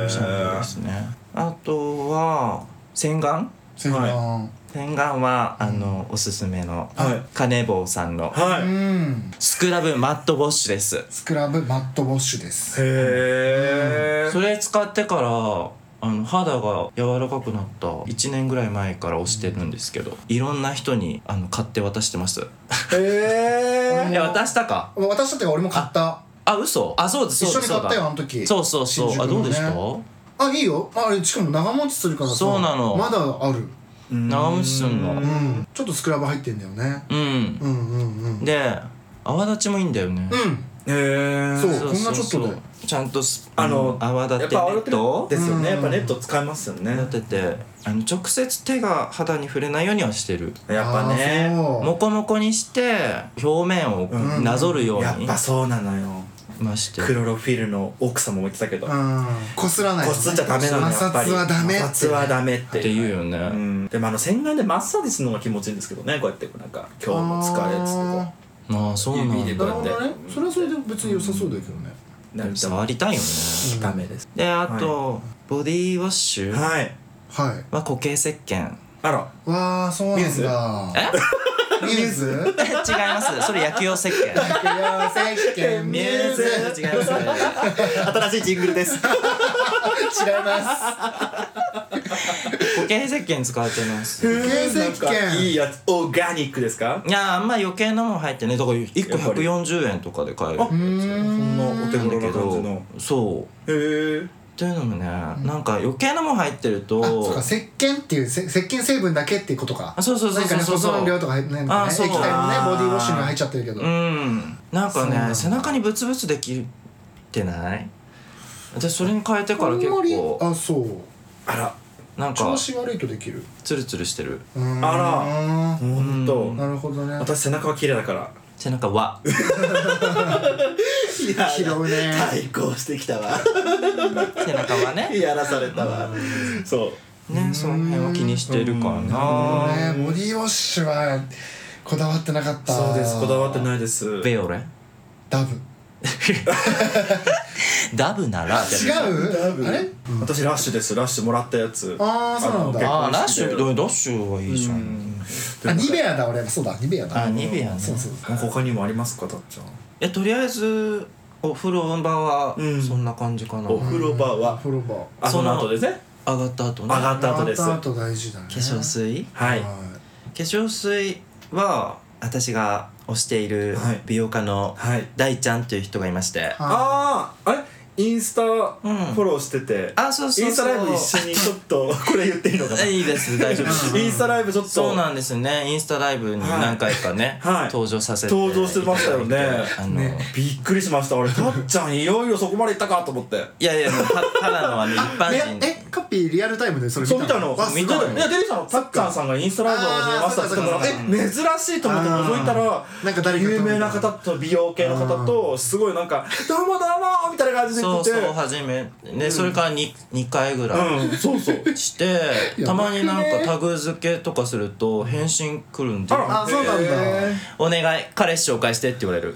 [SPEAKER 1] ー
[SPEAKER 2] シャンプーですねあとは洗顔
[SPEAKER 3] 洗顔、
[SPEAKER 2] 洗顔はあのおすすめの
[SPEAKER 1] はい
[SPEAKER 2] カネボウさんの
[SPEAKER 1] は
[SPEAKER 3] う
[SPEAKER 1] いへ
[SPEAKER 3] ん
[SPEAKER 2] スクラブマットウォッシュです
[SPEAKER 3] スクラブマットウォッシュです
[SPEAKER 1] え
[SPEAKER 2] それ使ってからあの肌が柔らかくなった1年ぐらい前から推してるんですけどいろんな人にあの買って渡してます
[SPEAKER 1] へ
[SPEAKER 2] いや渡したか
[SPEAKER 3] 私だってか俺も買った
[SPEAKER 2] あ嘘あそうです
[SPEAKER 3] 一
[SPEAKER 2] そう
[SPEAKER 3] 緒
[SPEAKER 2] で
[SPEAKER 3] に
[SPEAKER 2] すそ
[SPEAKER 3] 買
[SPEAKER 2] う
[SPEAKER 3] っ
[SPEAKER 2] だ
[SPEAKER 3] たよあの時
[SPEAKER 2] そうそうそう、
[SPEAKER 3] 新
[SPEAKER 2] あ
[SPEAKER 3] 宿
[SPEAKER 2] ど
[SPEAKER 3] の
[SPEAKER 2] う
[SPEAKER 3] ね
[SPEAKER 2] でした
[SPEAKER 3] あいいよあれしかも長持ちするからさ
[SPEAKER 2] そうなの
[SPEAKER 3] まだある
[SPEAKER 2] 長持ちすんの
[SPEAKER 3] うんちょっとスクラブ入ってんだよね
[SPEAKER 2] うん
[SPEAKER 3] うんうんうん
[SPEAKER 2] で泡立ちもいいんだよね、
[SPEAKER 3] うん
[SPEAKER 1] へえ
[SPEAKER 3] そうこんなちょっとで
[SPEAKER 2] ちゃんとす
[SPEAKER 1] あ
[SPEAKER 2] あ
[SPEAKER 1] の
[SPEAKER 2] の泡立
[SPEAKER 1] やってぱ泡
[SPEAKER 2] ネッ
[SPEAKER 1] 立て
[SPEAKER 2] トを
[SPEAKER 1] ですよね
[SPEAKER 3] うん
[SPEAKER 1] やっぱネット使いますよね
[SPEAKER 2] 泡立ててあの直接手が肌に触れないようにはしてる
[SPEAKER 1] やっぱね
[SPEAKER 3] あーそう
[SPEAKER 2] モコモコにして表面を
[SPEAKER 1] うん
[SPEAKER 2] なぞるよ
[SPEAKER 1] や
[SPEAKER 2] う
[SPEAKER 1] っ
[SPEAKER 2] に
[SPEAKER 1] ぱそうなのよ
[SPEAKER 2] まして
[SPEAKER 1] クロロフィルの奥さんも言ってたけど
[SPEAKER 3] うんこすらない
[SPEAKER 1] こすっちゃダメなのやっぱり
[SPEAKER 3] 摩擦はダメ
[SPEAKER 1] 摩擦はダメっ
[SPEAKER 2] ってて言うよ
[SPEAKER 1] う
[SPEAKER 2] ね、
[SPEAKER 1] んでもあの洗顔でマッサージするのが気持ちいいんですけどねこうやってなんか今日も疲れっつってこ
[SPEAKER 2] ああそうなん
[SPEAKER 1] 指で
[SPEAKER 2] だ
[SPEAKER 1] こう
[SPEAKER 3] なる
[SPEAKER 1] やって
[SPEAKER 3] ほどねそれはそれで別に良さそうだけどね
[SPEAKER 1] うなると
[SPEAKER 2] 触りたいよね
[SPEAKER 1] ダメです
[SPEAKER 2] であと、ボディウォッシュ
[SPEAKER 1] はい
[SPEAKER 3] はい
[SPEAKER 2] は固形石鹸
[SPEAKER 1] あら
[SPEAKER 3] わあそうなんだ ミューズ
[SPEAKER 2] え違いますそれ薬用石 鹸
[SPEAKER 3] 選手権ミューズ
[SPEAKER 2] 違います
[SPEAKER 1] 新しいジングルです
[SPEAKER 3] 違います
[SPEAKER 2] 固形石鹸使ってます
[SPEAKER 1] うんなんか
[SPEAKER 3] 原石鹸
[SPEAKER 1] いいやつオーガニックですか
[SPEAKER 2] いやあんま余計なもん入ってねだから1個
[SPEAKER 1] やっぱり
[SPEAKER 2] 140円とかで買える
[SPEAKER 1] あ
[SPEAKER 2] ん
[SPEAKER 1] そんなお手頃
[SPEAKER 2] だけ
[SPEAKER 1] な感じ
[SPEAKER 2] ど
[SPEAKER 1] の
[SPEAKER 2] そう
[SPEAKER 1] へえ
[SPEAKER 2] っていうのもね、なんか余計なもん入ってると
[SPEAKER 3] あそうか石鹸っていうせ石鹸成分だけっていうことか
[SPEAKER 2] あそうそうそうそうそう
[SPEAKER 3] なんかね保存量とか入ってないのか
[SPEAKER 2] あ
[SPEAKER 3] ね液
[SPEAKER 2] そう
[SPEAKER 3] 体もねボデ
[SPEAKER 1] あー
[SPEAKER 3] ィウォッシュに入っちゃってるけど
[SPEAKER 2] うんなん
[SPEAKER 3] そう
[SPEAKER 2] か
[SPEAKER 3] なん
[SPEAKER 2] ね
[SPEAKER 3] だ
[SPEAKER 2] 背中にブツブツできてない私それに変えてから
[SPEAKER 3] あん
[SPEAKER 2] 結
[SPEAKER 3] まり
[SPEAKER 2] 構
[SPEAKER 3] あそう
[SPEAKER 1] あら
[SPEAKER 2] なんか
[SPEAKER 3] 調子悪いとできる
[SPEAKER 2] ツルツルしてる
[SPEAKER 3] うーん
[SPEAKER 1] あほんと
[SPEAKER 3] なるほどね
[SPEAKER 1] 私背中は綺麗だから
[SPEAKER 2] 背中は
[SPEAKER 4] いや
[SPEAKER 3] 拾うね
[SPEAKER 4] 対抗してきたわ
[SPEAKER 2] 背中はね
[SPEAKER 4] やらされたわ
[SPEAKER 1] そう
[SPEAKER 2] ねその辺は気にしてるか
[SPEAKER 3] なるほ
[SPEAKER 2] な
[SPEAKER 3] どねボディウォッシュはこだわってなかった
[SPEAKER 1] そうですこだわってないです
[SPEAKER 2] ベオレ
[SPEAKER 3] ダブ
[SPEAKER 2] ダブなら
[SPEAKER 3] 違うあれ
[SPEAKER 1] 私ラッシュですラッシュもらったやつ
[SPEAKER 3] あーそうなんだ
[SPEAKER 1] の
[SPEAKER 2] あーラッ
[SPEAKER 1] 結
[SPEAKER 2] シ
[SPEAKER 1] 婚式
[SPEAKER 2] ュ
[SPEAKER 1] で
[SPEAKER 2] どうラッシュはいいじゃん、
[SPEAKER 3] あニベアだ俺そうだニベアだ
[SPEAKER 2] あニベアね
[SPEAKER 3] そうそうそう
[SPEAKER 1] 他にもありますかたっちゃん
[SPEAKER 2] えとりあえずお風呂場は
[SPEAKER 1] うん
[SPEAKER 2] そんな感じかな、
[SPEAKER 1] お風呂場は
[SPEAKER 3] 風呂場
[SPEAKER 1] あその後ですね
[SPEAKER 2] 上がった後ね
[SPEAKER 1] 上がった後です
[SPEAKER 3] あ
[SPEAKER 1] は
[SPEAKER 3] と大事だね
[SPEAKER 2] 化粧水
[SPEAKER 1] い
[SPEAKER 3] は
[SPEAKER 2] 化粧水は私が推している
[SPEAKER 1] はい
[SPEAKER 2] 美容家の
[SPEAKER 1] はい
[SPEAKER 2] 大ちゃんという人がいまして、
[SPEAKER 3] は
[SPEAKER 1] あああれインスタフォローしてて、
[SPEAKER 2] あそう
[SPEAKER 1] イ
[SPEAKER 2] そうそう
[SPEAKER 1] ンスタライブ一緒にちょっとこれ言っていいのかな
[SPEAKER 2] えいいです 大丈夫です
[SPEAKER 1] インスタライブちょっと
[SPEAKER 2] そうなんですねインスタライブに何回かね、
[SPEAKER 1] はい
[SPEAKER 2] 登場させて
[SPEAKER 1] 登場してましたよね
[SPEAKER 2] あの
[SPEAKER 1] びっくりしました 俺たっちゃんいよいよそこまで行ったかと思って
[SPEAKER 2] いやいやもうたただのはね一般
[SPEAKER 3] い
[SPEAKER 2] 人
[SPEAKER 3] ええカッピーリアルタイムでそれ見た
[SPEAKER 1] そう見たの
[SPEAKER 3] わすごい
[SPEAKER 1] 見たのいやデリーさんのたっちゃんさんがインスタライブを始めましたって言ったからえ珍しいと思って覗いたら
[SPEAKER 3] あーなんか誰かと
[SPEAKER 1] 有名な方と美容系の方とすごいなんか「どうもどうも」みたいな感じで言
[SPEAKER 2] そ
[SPEAKER 1] っ
[SPEAKER 2] う
[SPEAKER 1] て
[SPEAKER 2] そ
[SPEAKER 1] て
[SPEAKER 2] う初めね、それから 2, 二回ぐらい、
[SPEAKER 1] うんそう そう
[SPEAKER 2] してたまになんかタグ付けとかすると返信来るんで
[SPEAKER 1] あら
[SPEAKER 3] あそうなんだ
[SPEAKER 1] へ
[SPEAKER 2] 「お願い彼氏紹介して」って言われる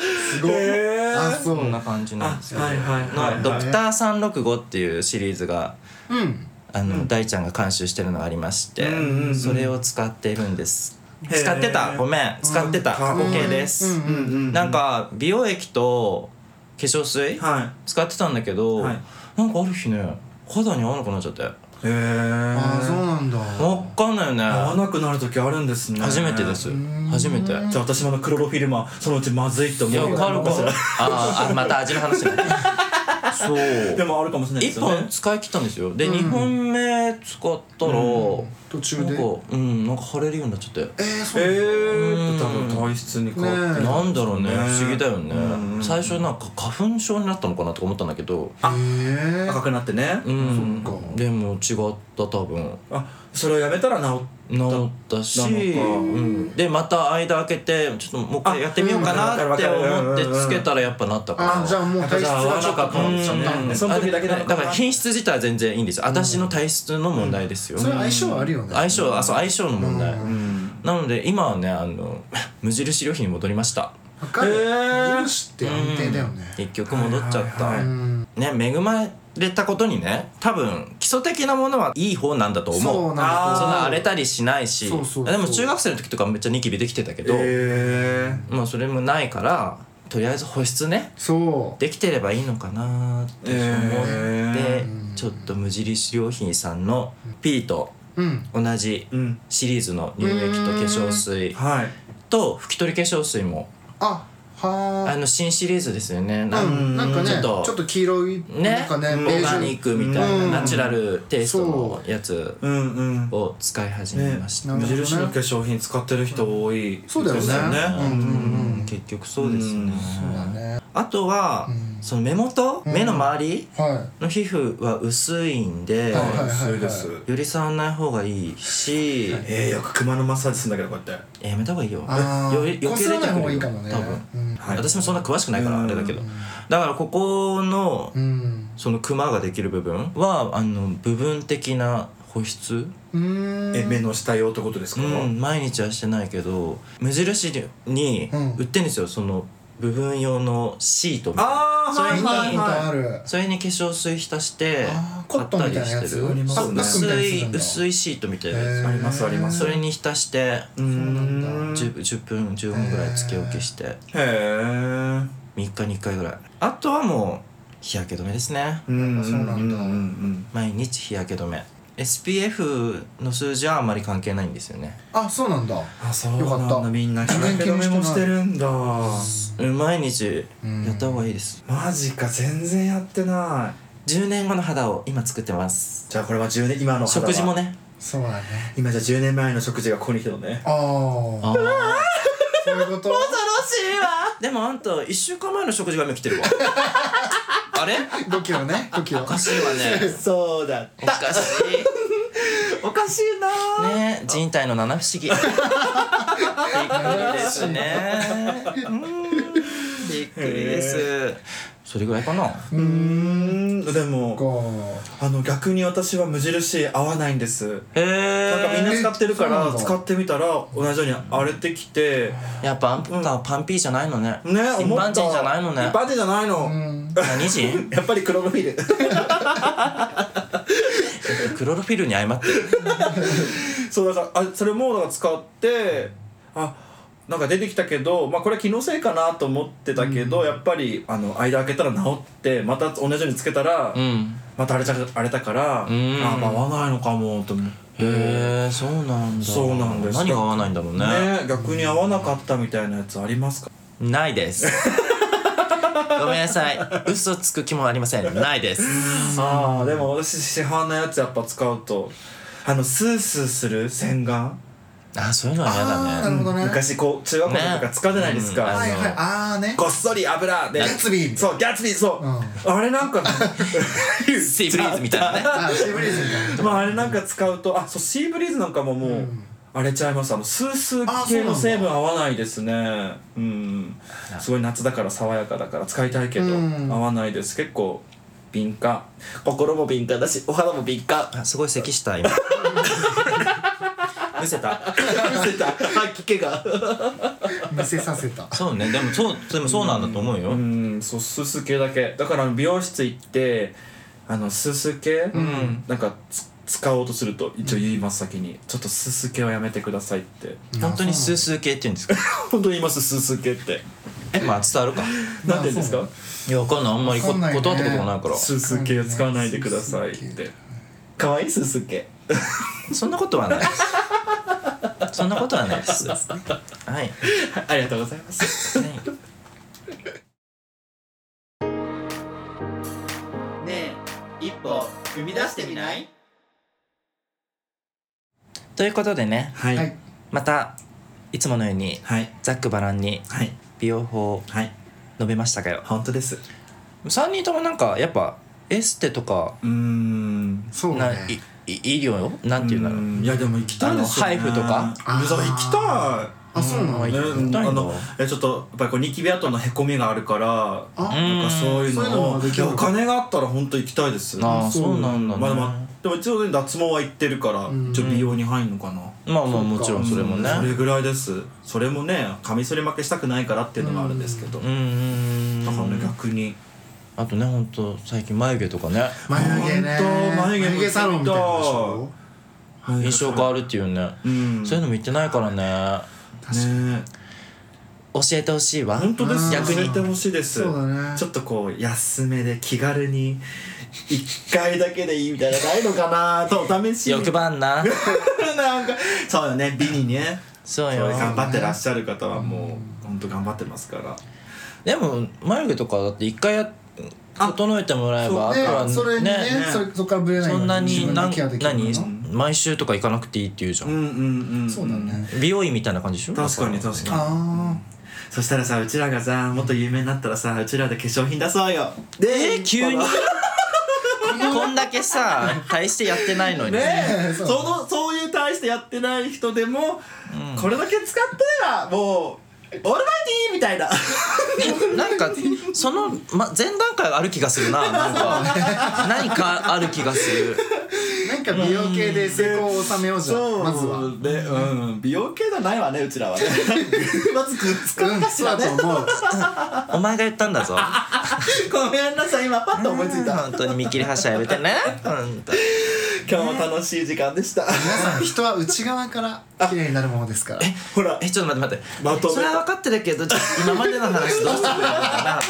[SPEAKER 3] すごい
[SPEAKER 1] へー
[SPEAKER 3] あそ
[SPEAKER 2] そん
[SPEAKER 3] う
[SPEAKER 2] な感じなんですよ、
[SPEAKER 1] あはいはいはいはい
[SPEAKER 2] ドクター365っていうシリーズが
[SPEAKER 3] うん
[SPEAKER 2] あの、大ちゃんが監修してるのがありまして、
[SPEAKER 1] うんうんうん
[SPEAKER 2] それを使っているんです
[SPEAKER 1] へー
[SPEAKER 2] 使ってたごめん使ってた
[SPEAKER 1] うん
[SPEAKER 2] 過去形です、
[SPEAKER 3] うんうん
[SPEAKER 2] なんか美容液と化粧水、
[SPEAKER 1] はい
[SPEAKER 2] 使ってたんだけど、
[SPEAKER 1] はい
[SPEAKER 2] なんかある日ね肌に合わなくなっちゃって
[SPEAKER 1] へえ
[SPEAKER 3] あーそうなんだ
[SPEAKER 2] わっかんないよね
[SPEAKER 1] 合わなくなる時あるんですね
[SPEAKER 2] 初めてです
[SPEAKER 3] ん
[SPEAKER 2] 初めて
[SPEAKER 1] じゃあ私もあのクロロフィルマーそのうちまずいと
[SPEAKER 2] い
[SPEAKER 1] 思
[SPEAKER 2] や
[SPEAKER 1] う
[SPEAKER 2] わかるかあーあまた味の話ねそう
[SPEAKER 1] でもあるかもしれないで
[SPEAKER 2] 1
[SPEAKER 1] すよね
[SPEAKER 2] 本使い切ったんですよで、二2本目使ったら、
[SPEAKER 3] 途
[SPEAKER 2] な
[SPEAKER 3] 中
[SPEAKER 2] ん
[SPEAKER 3] で
[SPEAKER 2] かうんなんか腫れるようになっちゃって
[SPEAKER 3] えー、そう
[SPEAKER 1] え
[SPEAKER 3] なんだ
[SPEAKER 1] ー多分体質に変わって
[SPEAKER 3] ねえ
[SPEAKER 2] なんだろうね
[SPEAKER 1] ね
[SPEAKER 2] 不思議だよね、
[SPEAKER 1] うん
[SPEAKER 2] 最初なんか花粉症になったのかなとか思ったんだけど
[SPEAKER 3] えー
[SPEAKER 1] 赤くなってね
[SPEAKER 2] うん
[SPEAKER 3] そっか
[SPEAKER 2] でも違った多分
[SPEAKER 1] あそれをやめたら治っ
[SPEAKER 2] 治ったし、
[SPEAKER 1] なのか
[SPEAKER 2] うん、でまた間開けてちょっともう一回やってみようかな
[SPEAKER 1] あうん
[SPEAKER 2] って思ってつけたらやっぱなったから
[SPEAKER 3] あじゃあもう体質がちょっと変わっちゃったん
[SPEAKER 1] う
[SPEAKER 3] だ
[SPEAKER 1] んその時だけなのかな
[SPEAKER 2] だから品質自体は全然いいんですよ私の体質の問題ですよ、
[SPEAKER 3] それは相性はあるよね
[SPEAKER 2] 相性あそう相性の問題、
[SPEAKER 3] う
[SPEAKER 1] うん
[SPEAKER 2] なので今はねあの無印良品に戻りました
[SPEAKER 3] わかる
[SPEAKER 1] えー
[SPEAKER 3] 粒子って安定だよね
[SPEAKER 2] 結局戻っちゃった、
[SPEAKER 1] はいはいは
[SPEAKER 3] うん
[SPEAKER 2] ね恵まれたことにね多分基礎的なものはいい方なんだと思う
[SPEAKER 3] そうなん
[SPEAKER 1] あ
[SPEAKER 3] だ
[SPEAKER 1] ー
[SPEAKER 2] そんな荒れたりしないし
[SPEAKER 3] そうそうそう
[SPEAKER 2] でも中学生の時とかめっちゃニキビできてたけど、
[SPEAKER 1] え
[SPEAKER 2] まあそれもないからとりあえず保湿ね
[SPEAKER 3] そう
[SPEAKER 2] できてればいいのかなって思って、
[SPEAKER 1] え
[SPEAKER 3] ー
[SPEAKER 2] ちょっと無印良品さんの P と
[SPEAKER 3] うん
[SPEAKER 2] 同じ
[SPEAKER 1] ー、うん
[SPEAKER 2] シリーズの乳液と化粧水
[SPEAKER 1] はい
[SPEAKER 2] と拭き取り化粧水も
[SPEAKER 3] あは
[SPEAKER 2] あ
[SPEAKER 3] あ
[SPEAKER 2] の新シリーズですよねな
[SPEAKER 3] うんんなんかね
[SPEAKER 2] ちょっ
[SPEAKER 3] ち
[SPEAKER 2] と
[SPEAKER 3] ょっと黄色い
[SPEAKER 2] ね
[SPEAKER 3] なんかね
[SPEAKER 1] うん
[SPEAKER 2] オ
[SPEAKER 3] ベ
[SPEAKER 2] ー
[SPEAKER 3] ージ
[SPEAKER 2] ガ
[SPEAKER 3] ュ
[SPEAKER 2] ニックみたい
[SPEAKER 3] うん
[SPEAKER 2] なナチュラルテイストのやつ
[SPEAKER 1] うんうん
[SPEAKER 2] を使い始めました、
[SPEAKER 3] ね
[SPEAKER 1] 無印の
[SPEAKER 3] なるほどね
[SPEAKER 1] 化粧品使ってる人多い
[SPEAKER 3] そうだよね
[SPEAKER 1] です
[SPEAKER 3] うんうんうん
[SPEAKER 2] 結局そうですね,、
[SPEAKER 1] うんそう
[SPEAKER 3] だね
[SPEAKER 2] あとは、
[SPEAKER 3] うん
[SPEAKER 2] その目元、
[SPEAKER 3] うん
[SPEAKER 2] 目の周り
[SPEAKER 3] は
[SPEAKER 2] の皮膚は薄いんで、
[SPEAKER 3] はいはい
[SPEAKER 1] そうです
[SPEAKER 2] 寄り添わない方がいいし、
[SPEAKER 1] えー、よく熊のマッサージするんだけどこうやって
[SPEAKER 2] えやめた方がいいよ
[SPEAKER 3] あー
[SPEAKER 2] よ余計
[SPEAKER 3] こす
[SPEAKER 2] 出
[SPEAKER 3] ら
[SPEAKER 2] て
[SPEAKER 3] な
[SPEAKER 2] く
[SPEAKER 3] い方が
[SPEAKER 2] る
[SPEAKER 3] いい
[SPEAKER 2] よ
[SPEAKER 3] かもね
[SPEAKER 2] 多分、
[SPEAKER 3] うん
[SPEAKER 1] はい
[SPEAKER 2] 私もそんな詳しくないか
[SPEAKER 1] う
[SPEAKER 2] ら
[SPEAKER 1] ん
[SPEAKER 2] あれだけどだからここの
[SPEAKER 3] うん
[SPEAKER 2] そのクマができる部分はあの部分的な保湿
[SPEAKER 3] うん
[SPEAKER 1] え目の下用ってことです
[SPEAKER 2] う
[SPEAKER 1] か、
[SPEAKER 2] ん毎日はしてないけど無印に
[SPEAKER 3] うん
[SPEAKER 2] 売ってるんですよその部分用のシートみたいな
[SPEAKER 1] ああ
[SPEAKER 2] それ
[SPEAKER 1] はい
[SPEAKER 3] 見
[SPEAKER 2] に
[SPEAKER 3] た
[SPEAKER 1] はい
[SPEAKER 3] ことあ
[SPEAKER 1] は
[SPEAKER 3] る
[SPEAKER 2] それに化粧水浸して
[SPEAKER 3] あーコ
[SPEAKER 2] 買
[SPEAKER 3] ッ
[SPEAKER 2] っ
[SPEAKER 3] トン
[SPEAKER 2] た
[SPEAKER 3] み
[SPEAKER 2] り
[SPEAKER 3] たいな
[SPEAKER 2] し
[SPEAKER 3] や
[SPEAKER 2] て
[SPEAKER 3] つ
[SPEAKER 2] る
[SPEAKER 1] あります
[SPEAKER 3] パックみた
[SPEAKER 2] 薄
[SPEAKER 3] なやつ
[SPEAKER 2] い
[SPEAKER 3] なんだ
[SPEAKER 2] 薄いシートみたいなや
[SPEAKER 3] へ
[SPEAKER 2] つ
[SPEAKER 3] ー
[SPEAKER 1] ありますあります
[SPEAKER 2] それに浸して
[SPEAKER 1] いうん
[SPEAKER 3] そうなんだ
[SPEAKER 2] 10, 10分15分ぐらいつけ置きして
[SPEAKER 1] へえ
[SPEAKER 2] 3日に1回ぐらいあとはもう日焼け止めですね
[SPEAKER 1] うん
[SPEAKER 3] そうなんだ
[SPEAKER 1] うんうん
[SPEAKER 2] 毎日日焼け止め SPF の数字はあんまり関係ないんですよね
[SPEAKER 3] あそうなんだ
[SPEAKER 1] あそう
[SPEAKER 3] よ
[SPEAKER 1] な
[SPEAKER 3] か
[SPEAKER 1] ん
[SPEAKER 3] っ
[SPEAKER 1] だ
[SPEAKER 3] た
[SPEAKER 1] みんな日
[SPEAKER 3] 全然
[SPEAKER 1] 焼け止めも
[SPEAKER 3] 気に
[SPEAKER 1] し
[SPEAKER 3] して
[SPEAKER 1] て
[SPEAKER 3] ない
[SPEAKER 1] るんだ
[SPEAKER 2] うん毎日やった方がいいです
[SPEAKER 1] マジか全然やってない
[SPEAKER 2] 10年後の肌を今作ってます
[SPEAKER 1] じゃあこれは10年今の肌は
[SPEAKER 2] 食事もね
[SPEAKER 3] そうだね
[SPEAKER 1] 今じゃあ10年前の食事がここに来てるの ね
[SPEAKER 3] ああ
[SPEAKER 2] ああ
[SPEAKER 3] そういうこと
[SPEAKER 2] しいわでもあんた1週間前の食事が今来て るわあれ
[SPEAKER 3] 5キロね5キロ
[SPEAKER 2] おかしいわね
[SPEAKER 1] そうだ
[SPEAKER 2] おかし
[SPEAKER 1] おかしいない
[SPEAKER 2] ねえ人体の七不思議びっくりですねうんびっくりですそれぐらいかな
[SPEAKER 1] うーんでも
[SPEAKER 3] こう
[SPEAKER 1] あの逆に私は無印合わないんです
[SPEAKER 2] へ
[SPEAKER 1] なんかみんな
[SPEAKER 2] え
[SPEAKER 1] 使ってるか
[SPEAKER 3] えそう
[SPEAKER 1] ら
[SPEAKER 3] なんだ
[SPEAKER 1] 使ってみたら同じように荒れてきて
[SPEAKER 2] やっぱあんたはパンピーじゃないのね
[SPEAKER 1] ね
[SPEAKER 2] 一
[SPEAKER 1] 思った
[SPEAKER 2] 般人じゃないの
[SPEAKER 1] 一
[SPEAKER 2] ね
[SPEAKER 1] 般人じゃないの、
[SPEAKER 3] うん
[SPEAKER 2] 何 人
[SPEAKER 1] やっぱり黒ロフィル
[SPEAKER 2] クロロフィルに相まってる
[SPEAKER 1] そうだからあそれもだから使ってあなんか出てきたけど、まあ、これは気のせいかなと思ってたけど、やっぱりあの間開けたら治ってまた同じようにつけたら、
[SPEAKER 2] うん
[SPEAKER 1] また荒れちゃ荒れたから、
[SPEAKER 2] ん
[SPEAKER 1] あまあ合わないのかもと思って
[SPEAKER 2] へえそうなんだ
[SPEAKER 1] そうなんです
[SPEAKER 2] 何が合わないんだろうね
[SPEAKER 1] ね逆に合わなかったみたいなやつありますか
[SPEAKER 2] ないですごめんなさい嘘つく気もありませんないです
[SPEAKER 1] ああでも私市販のやつやっぱ使うとあのスースーする洗顔
[SPEAKER 2] あそういうのは嫌
[SPEAKER 3] あー
[SPEAKER 2] だ
[SPEAKER 3] なる
[SPEAKER 2] ね
[SPEAKER 3] ほどね
[SPEAKER 1] 昔こう中学校とか使うじゃないです
[SPEAKER 2] ねうん
[SPEAKER 1] か、
[SPEAKER 3] はいはいああね
[SPEAKER 1] ごっそり油で
[SPEAKER 3] ギャツビー
[SPEAKER 1] そうギャツビーそう、
[SPEAKER 3] う
[SPEAKER 1] あれなん か
[SPEAKER 2] シーブリーズみたいなね
[SPEAKER 3] あシーブリーズみたい な
[SPEAKER 1] まああれなんか使うとあそうシーブリーズなんかももう、
[SPEAKER 3] うん
[SPEAKER 1] 荒れちゃいますあのスースー
[SPEAKER 3] あ
[SPEAKER 1] 系の
[SPEAKER 3] そう
[SPEAKER 1] 成
[SPEAKER 3] なんだ
[SPEAKER 1] 分合わないですねうんすごい夏だから爽やかだから使いたいけど、
[SPEAKER 3] うん
[SPEAKER 1] 合わないです結構敏感心も敏感だしお肌も敏 感
[SPEAKER 2] あすごい咳した今むせた
[SPEAKER 1] 出た吐き気が
[SPEAKER 3] 見せさせた
[SPEAKER 2] そうねでもそうでもそうなんだと思うよ、
[SPEAKER 1] うんそうスースー系だけだからあの美容室行ってあのスースー系、
[SPEAKER 2] ん
[SPEAKER 1] なんかつ使おうとすると一応言います先に、ちょっとスースー系はやめてくださいって
[SPEAKER 2] 本当にスースー系って言うんですか
[SPEAKER 1] 本当に言いますスースー系って
[SPEAKER 2] えまあ伝わるか
[SPEAKER 1] なんて言うんですか
[SPEAKER 2] いやわかんないあんまりこ
[SPEAKER 3] わか
[SPEAKER 2] 断
[SPEAKER 3] んな
[SPEAKER 2] っ
[SPEAKER 3] い
[SPEAKER 2] た
[SPEAKER 3] ね
[SPEAKER 2] ことがないから
[SPEAKER 1] スースー系を使わないでくださいっ
[SPEAKER 3] スースー
[SPEAKER 1] てかわいいスースー系
[SPEAKER 2] そんなことはないですそんなことはないですはい、はい、
[SPEAKER 1] ありがとうございます
[SPEAKER 4] ねえ一歩踏み出してみない
[SPEAKER 2] ということでね
[SPEAKER 1] はい
[SPEAKER 3] はい
[SPEAKER 2] またいつものように
[SPEAKER 1] はい
[SPEAKER 2] ざっくばらんに
[SPEAKER 1] はい
[SPEAKER 2] 美容法を
[SPEAKER 1] はい
[SPEAKER 2] 述べましたけど
[SPEAKER 1] 本当です
[SPEAKER 2] 3人ともなんかやっぱエステとか
[SPEAKER 1] うーん
[SPEAKER 3] そう
[SPEAKER 2] な
[SPEAKER 3] ね
[SPEAKER 2] いい医療よなんていうんだろう
[SPEAKER 1] いやでも行きたいですよ、ね、
[SPEAKER 2] あの配布とか
[SPEAKER 1] うんそう行きたい
[SPEAKER 3] あそうな
[SPEAKER 2] あ
[SPEAKER 3] の
[SPEAKER 2] いい
[SPEAKER 1] ね
[SPEAKER 2] ね
[SPEAKER 1] うん
[SPEAKER 2] 痛い
[SPEAKER 1] あ
[SPEAKER 2] んだ
[SPEAKER 1] のえちょっとやっぱりこうニキビ跡のへこみがあるから
[SPEAKER 3] あ
[SPEAKER 1] なんかそういう
[SPEAKER 3] そういうの
[SPEAKER 1] の
[SPEAKER 3] も
[SPEAKER 1] を
[SPEAKER 3] で
[SPEAKER 1] い
[SPEAKER 3] きる
[SPEAKER 1] やお金があったら本当行きたいです
[SPEAKER 2] ああ
[SPEAKER 3] そう
[SPEAKER 2] そうなんだね、
[SPEAKER 1] まあでもでも一応ね脱毛は行ってるから
[SPEAKER 3] うん
[SPEAKER 1] 一応美容に入んのかな
[SPEAKER 2] まあまあもちろんそれもね
[SPEAKER 1] それぐらいですそれもねカミソリ負けしたくないからっていうのがあるんですけど
[SPEAKER 2] うんうん
[SPEAKER 1] だからね逆に
[SPEAKER 2] あとねほんと最近眉毛とかね
[SPEAKER 3] 眉毛ね
[SPEAKER 1] 本当眉毛も行ってみたい
[SPEAKER 3] サロンみたいなのでしょ
[SPEAKER 2] 印象変わるっていうね、
[SPEAKER 1] うん
[SPEAKER 2] そういうのも言ってないからね
[SPEAKER 1] ね
[SPEAKER 2] 教えてほしいわ
[SPEAKER 1] 本当です
[SPEAKER 2] 逆に
[SPEAKER 1] やってほしいです
[SPEAKER 3] そうだね
[SPEAKER 1] ちょっとこう安めで気軽に1回だけでいいみたいなのないのかなとお試しに
[SPEAKER 2] 欲張んな
[SPEAKER 1] なんかそうだね美にね
[SPEAKER 2] そう
[SPEAKER 1] そう
[SPEAKER 2] よ
[SPEAKER 1] 頑張ってらっしゃる方はもう本当頑張ってますから
[SPEAKER 2] でも眉毛とかだって一回や整えてもらえばあ
[SPEAKER 3] ね
[SPEAKER 2] とは
[SPEAKER 3] それにねそれそっからぶれないよ
[SPEAKER 2] そ
[SPEAKER 3] うん
[SPEAKER 2] な
[SPEAKER 3] 自
[SPEAKER 2] に
[SPEAKER 3] 分
[SPEAKER 2] な
[SPEAKER 3] で
[SPEAKER 2] ん
[SPEAKER 3] ケアできる
[SPEAKER 2] 何
[SPEAKER 3] の
[SPEAKER 2] 毎週とか行かなくていいっていうじゃん、
[SPEAKER 1] うんうんうん
[SPEAKER 3] そうだね
[SPEAKER 2] 美容院みたいな感じでしょ
[SPEAKER 1] 確かに確かに
[SPEAKER 3] あ
[SPEAKER 1] そしたらさうちらがさもっと有名になったらさうちらで化粧品出そうよ
[SPEAKER 2] えー、 急にこんだけさ大してやってないのに、
[SPEAKER 1] ねえ
[SPEAKER 3] そ
[SPEAKER 1] そうのそういう大してやってない人でも、これだけ使ったらもうオールマイティーみたいな
[SPEAKER 2] なんかその、ま、前段階がある気がするななんか何かある気がする
[SPEAKER 3] ーなんか美容系で成功を収めようじゃんまずはうん
[SPEAKER 1] で、うん、美容系じゃないわねうちらはね まずグッズ買ったし
[SPEAKER 3] そう
[SPEAKER 1] ら
[SPEAKER 3] だ
[SPEAKER 1] ね、
[SPEAKER 3] と思う
[SPEAKER 2] お前が言ったんだぞ
[SPEAKER 1] ごめんなさい今パッと思いついた
[SPEAKER 2] 本当に見切り発車やめてね本当に
[SPEAKER 1] 今日も楽しい時間でした
[SPEAKER 3] 皆さん人は内側から綺麗になるものですから
[SPEAKER 1] ほら
[SPEAKER 2] えちょっと待って
[SPEAKER 1] ま
[SPEAKER 2] 待って
[SPEAKER 1] とめた
[SPEAKER 2] それは分かってるけどちょっと今までの話どうしてくれるのかな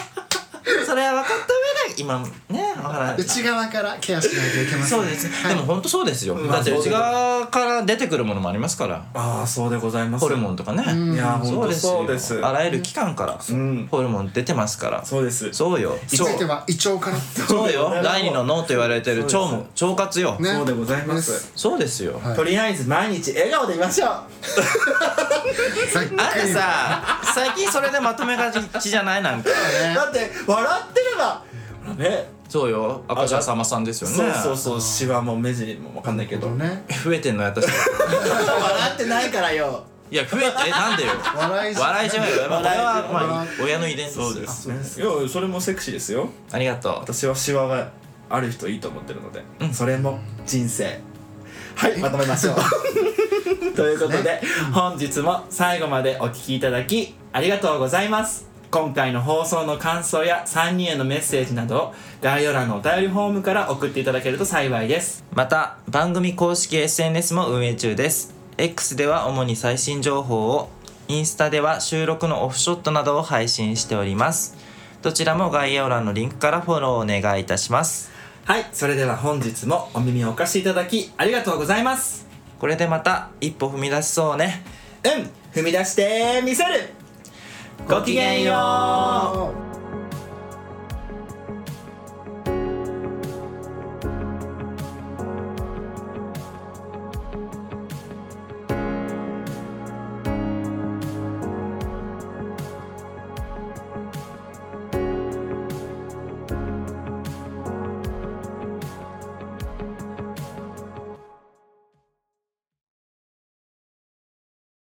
[SPEAKER 2] それは分かった上で今ねお話
[SPEAKER 3] 内側からケアしないといけません
[SPEAKER 2] そうです、
[SPEAKER 3] はい
[SPEAKER 2] でも本当そうですよ、
[SPEAKER 1] うん
[SPEAKER 2] だって
[SPEAKER 1] まあそうだ
[SPEAKER 2] 内
[SPEAKER 1] よ
[SPEAKER 2] 側から出てくるものもありますから
[SPEAKER 1] ああそうでございます
[SPEAKER 2] ホルモンとかね、
[SPEAKER 3] ん
[SPEAKER 1] いや本
[SPEAKER 2] そう
[SPEAKER 1] 当
[SPEAKER 2] ですよ
[SPEAKER 1] そうです
[SPEAKER 2] あらゆる器官から、
[SPEAKER 1] ん
[SPEAKER 2] ホルモン出てますから
[SPEAKER 1] そうです
[SPEAKER 2] そうよ
[SPEAKER 3] 続いては胃腸から
[SPEAKER 2] そうよ第二の脳と言われてる腸も腸活よ、
[SPEAKER 3] ね
[SPEAKER 1] そうでございます
[SPEAKER 3] です
[SPEAKER 2] そうですよ、
[SPEAKER 3] はい
[SPEAKER 1] とりあえず毎日笑顔でいましょう
[SPEAKER 3] ざっくり
[SPEAKER 2] あんたさ最近それでまとめがちじゃないなんか
[SPEAKER 1] だって笑ってればね
[SPEAKER 2] そうよ赤ちゃんさんまさんですよ
[SPEAKER 1] そ
[SPEAKER 2] ね
[SPEAKER 1] うそうそうシワも目尻も分かんないけど
[SPEAKER 3] ね
[SPEAKER 2] 増えてんの私
[SPEAKER 1] 笑ってないからよ
[SPEAKER 2] いや増えてえなんでよ
[SPEAKER 3] 笑いじゃ
[SPEAKER 2] 笑いじゃないよまあこれ
[SPEAKER 1] 笑い
[SPEAKER 2] は、まあ、親の遺伝ですよ
[SPEAKER 1] そうですいやそれもセクシーですよ
[SPEAKER 2] ありがとう
[SPEAKER 1] 私はシワがある人いいと思ってるので、それも人生はいまとめましょうということで本日も最後までお聞きいただきありがとうございます今回の放送の感想や3人へのメッセージなどを概要欄のお便りフォームから送っていただけると幸いです
[SPEAKER 2] また番組公式 SNS も運営中です X では主に最新情報をインスタでは収録のオフショットなどを配信しておりますどちらも概要欄のリンクからフォローお願いいたします
[SPEAKER 1] はいそれでは本日もお耳をお貸しいただきありがとうございます
[SPEAKER 2] これでまた一歩踏み出しそうね
[SPEAKER 1] うん踏み出してみせるごきげんよう
[SPEAKER 3] あ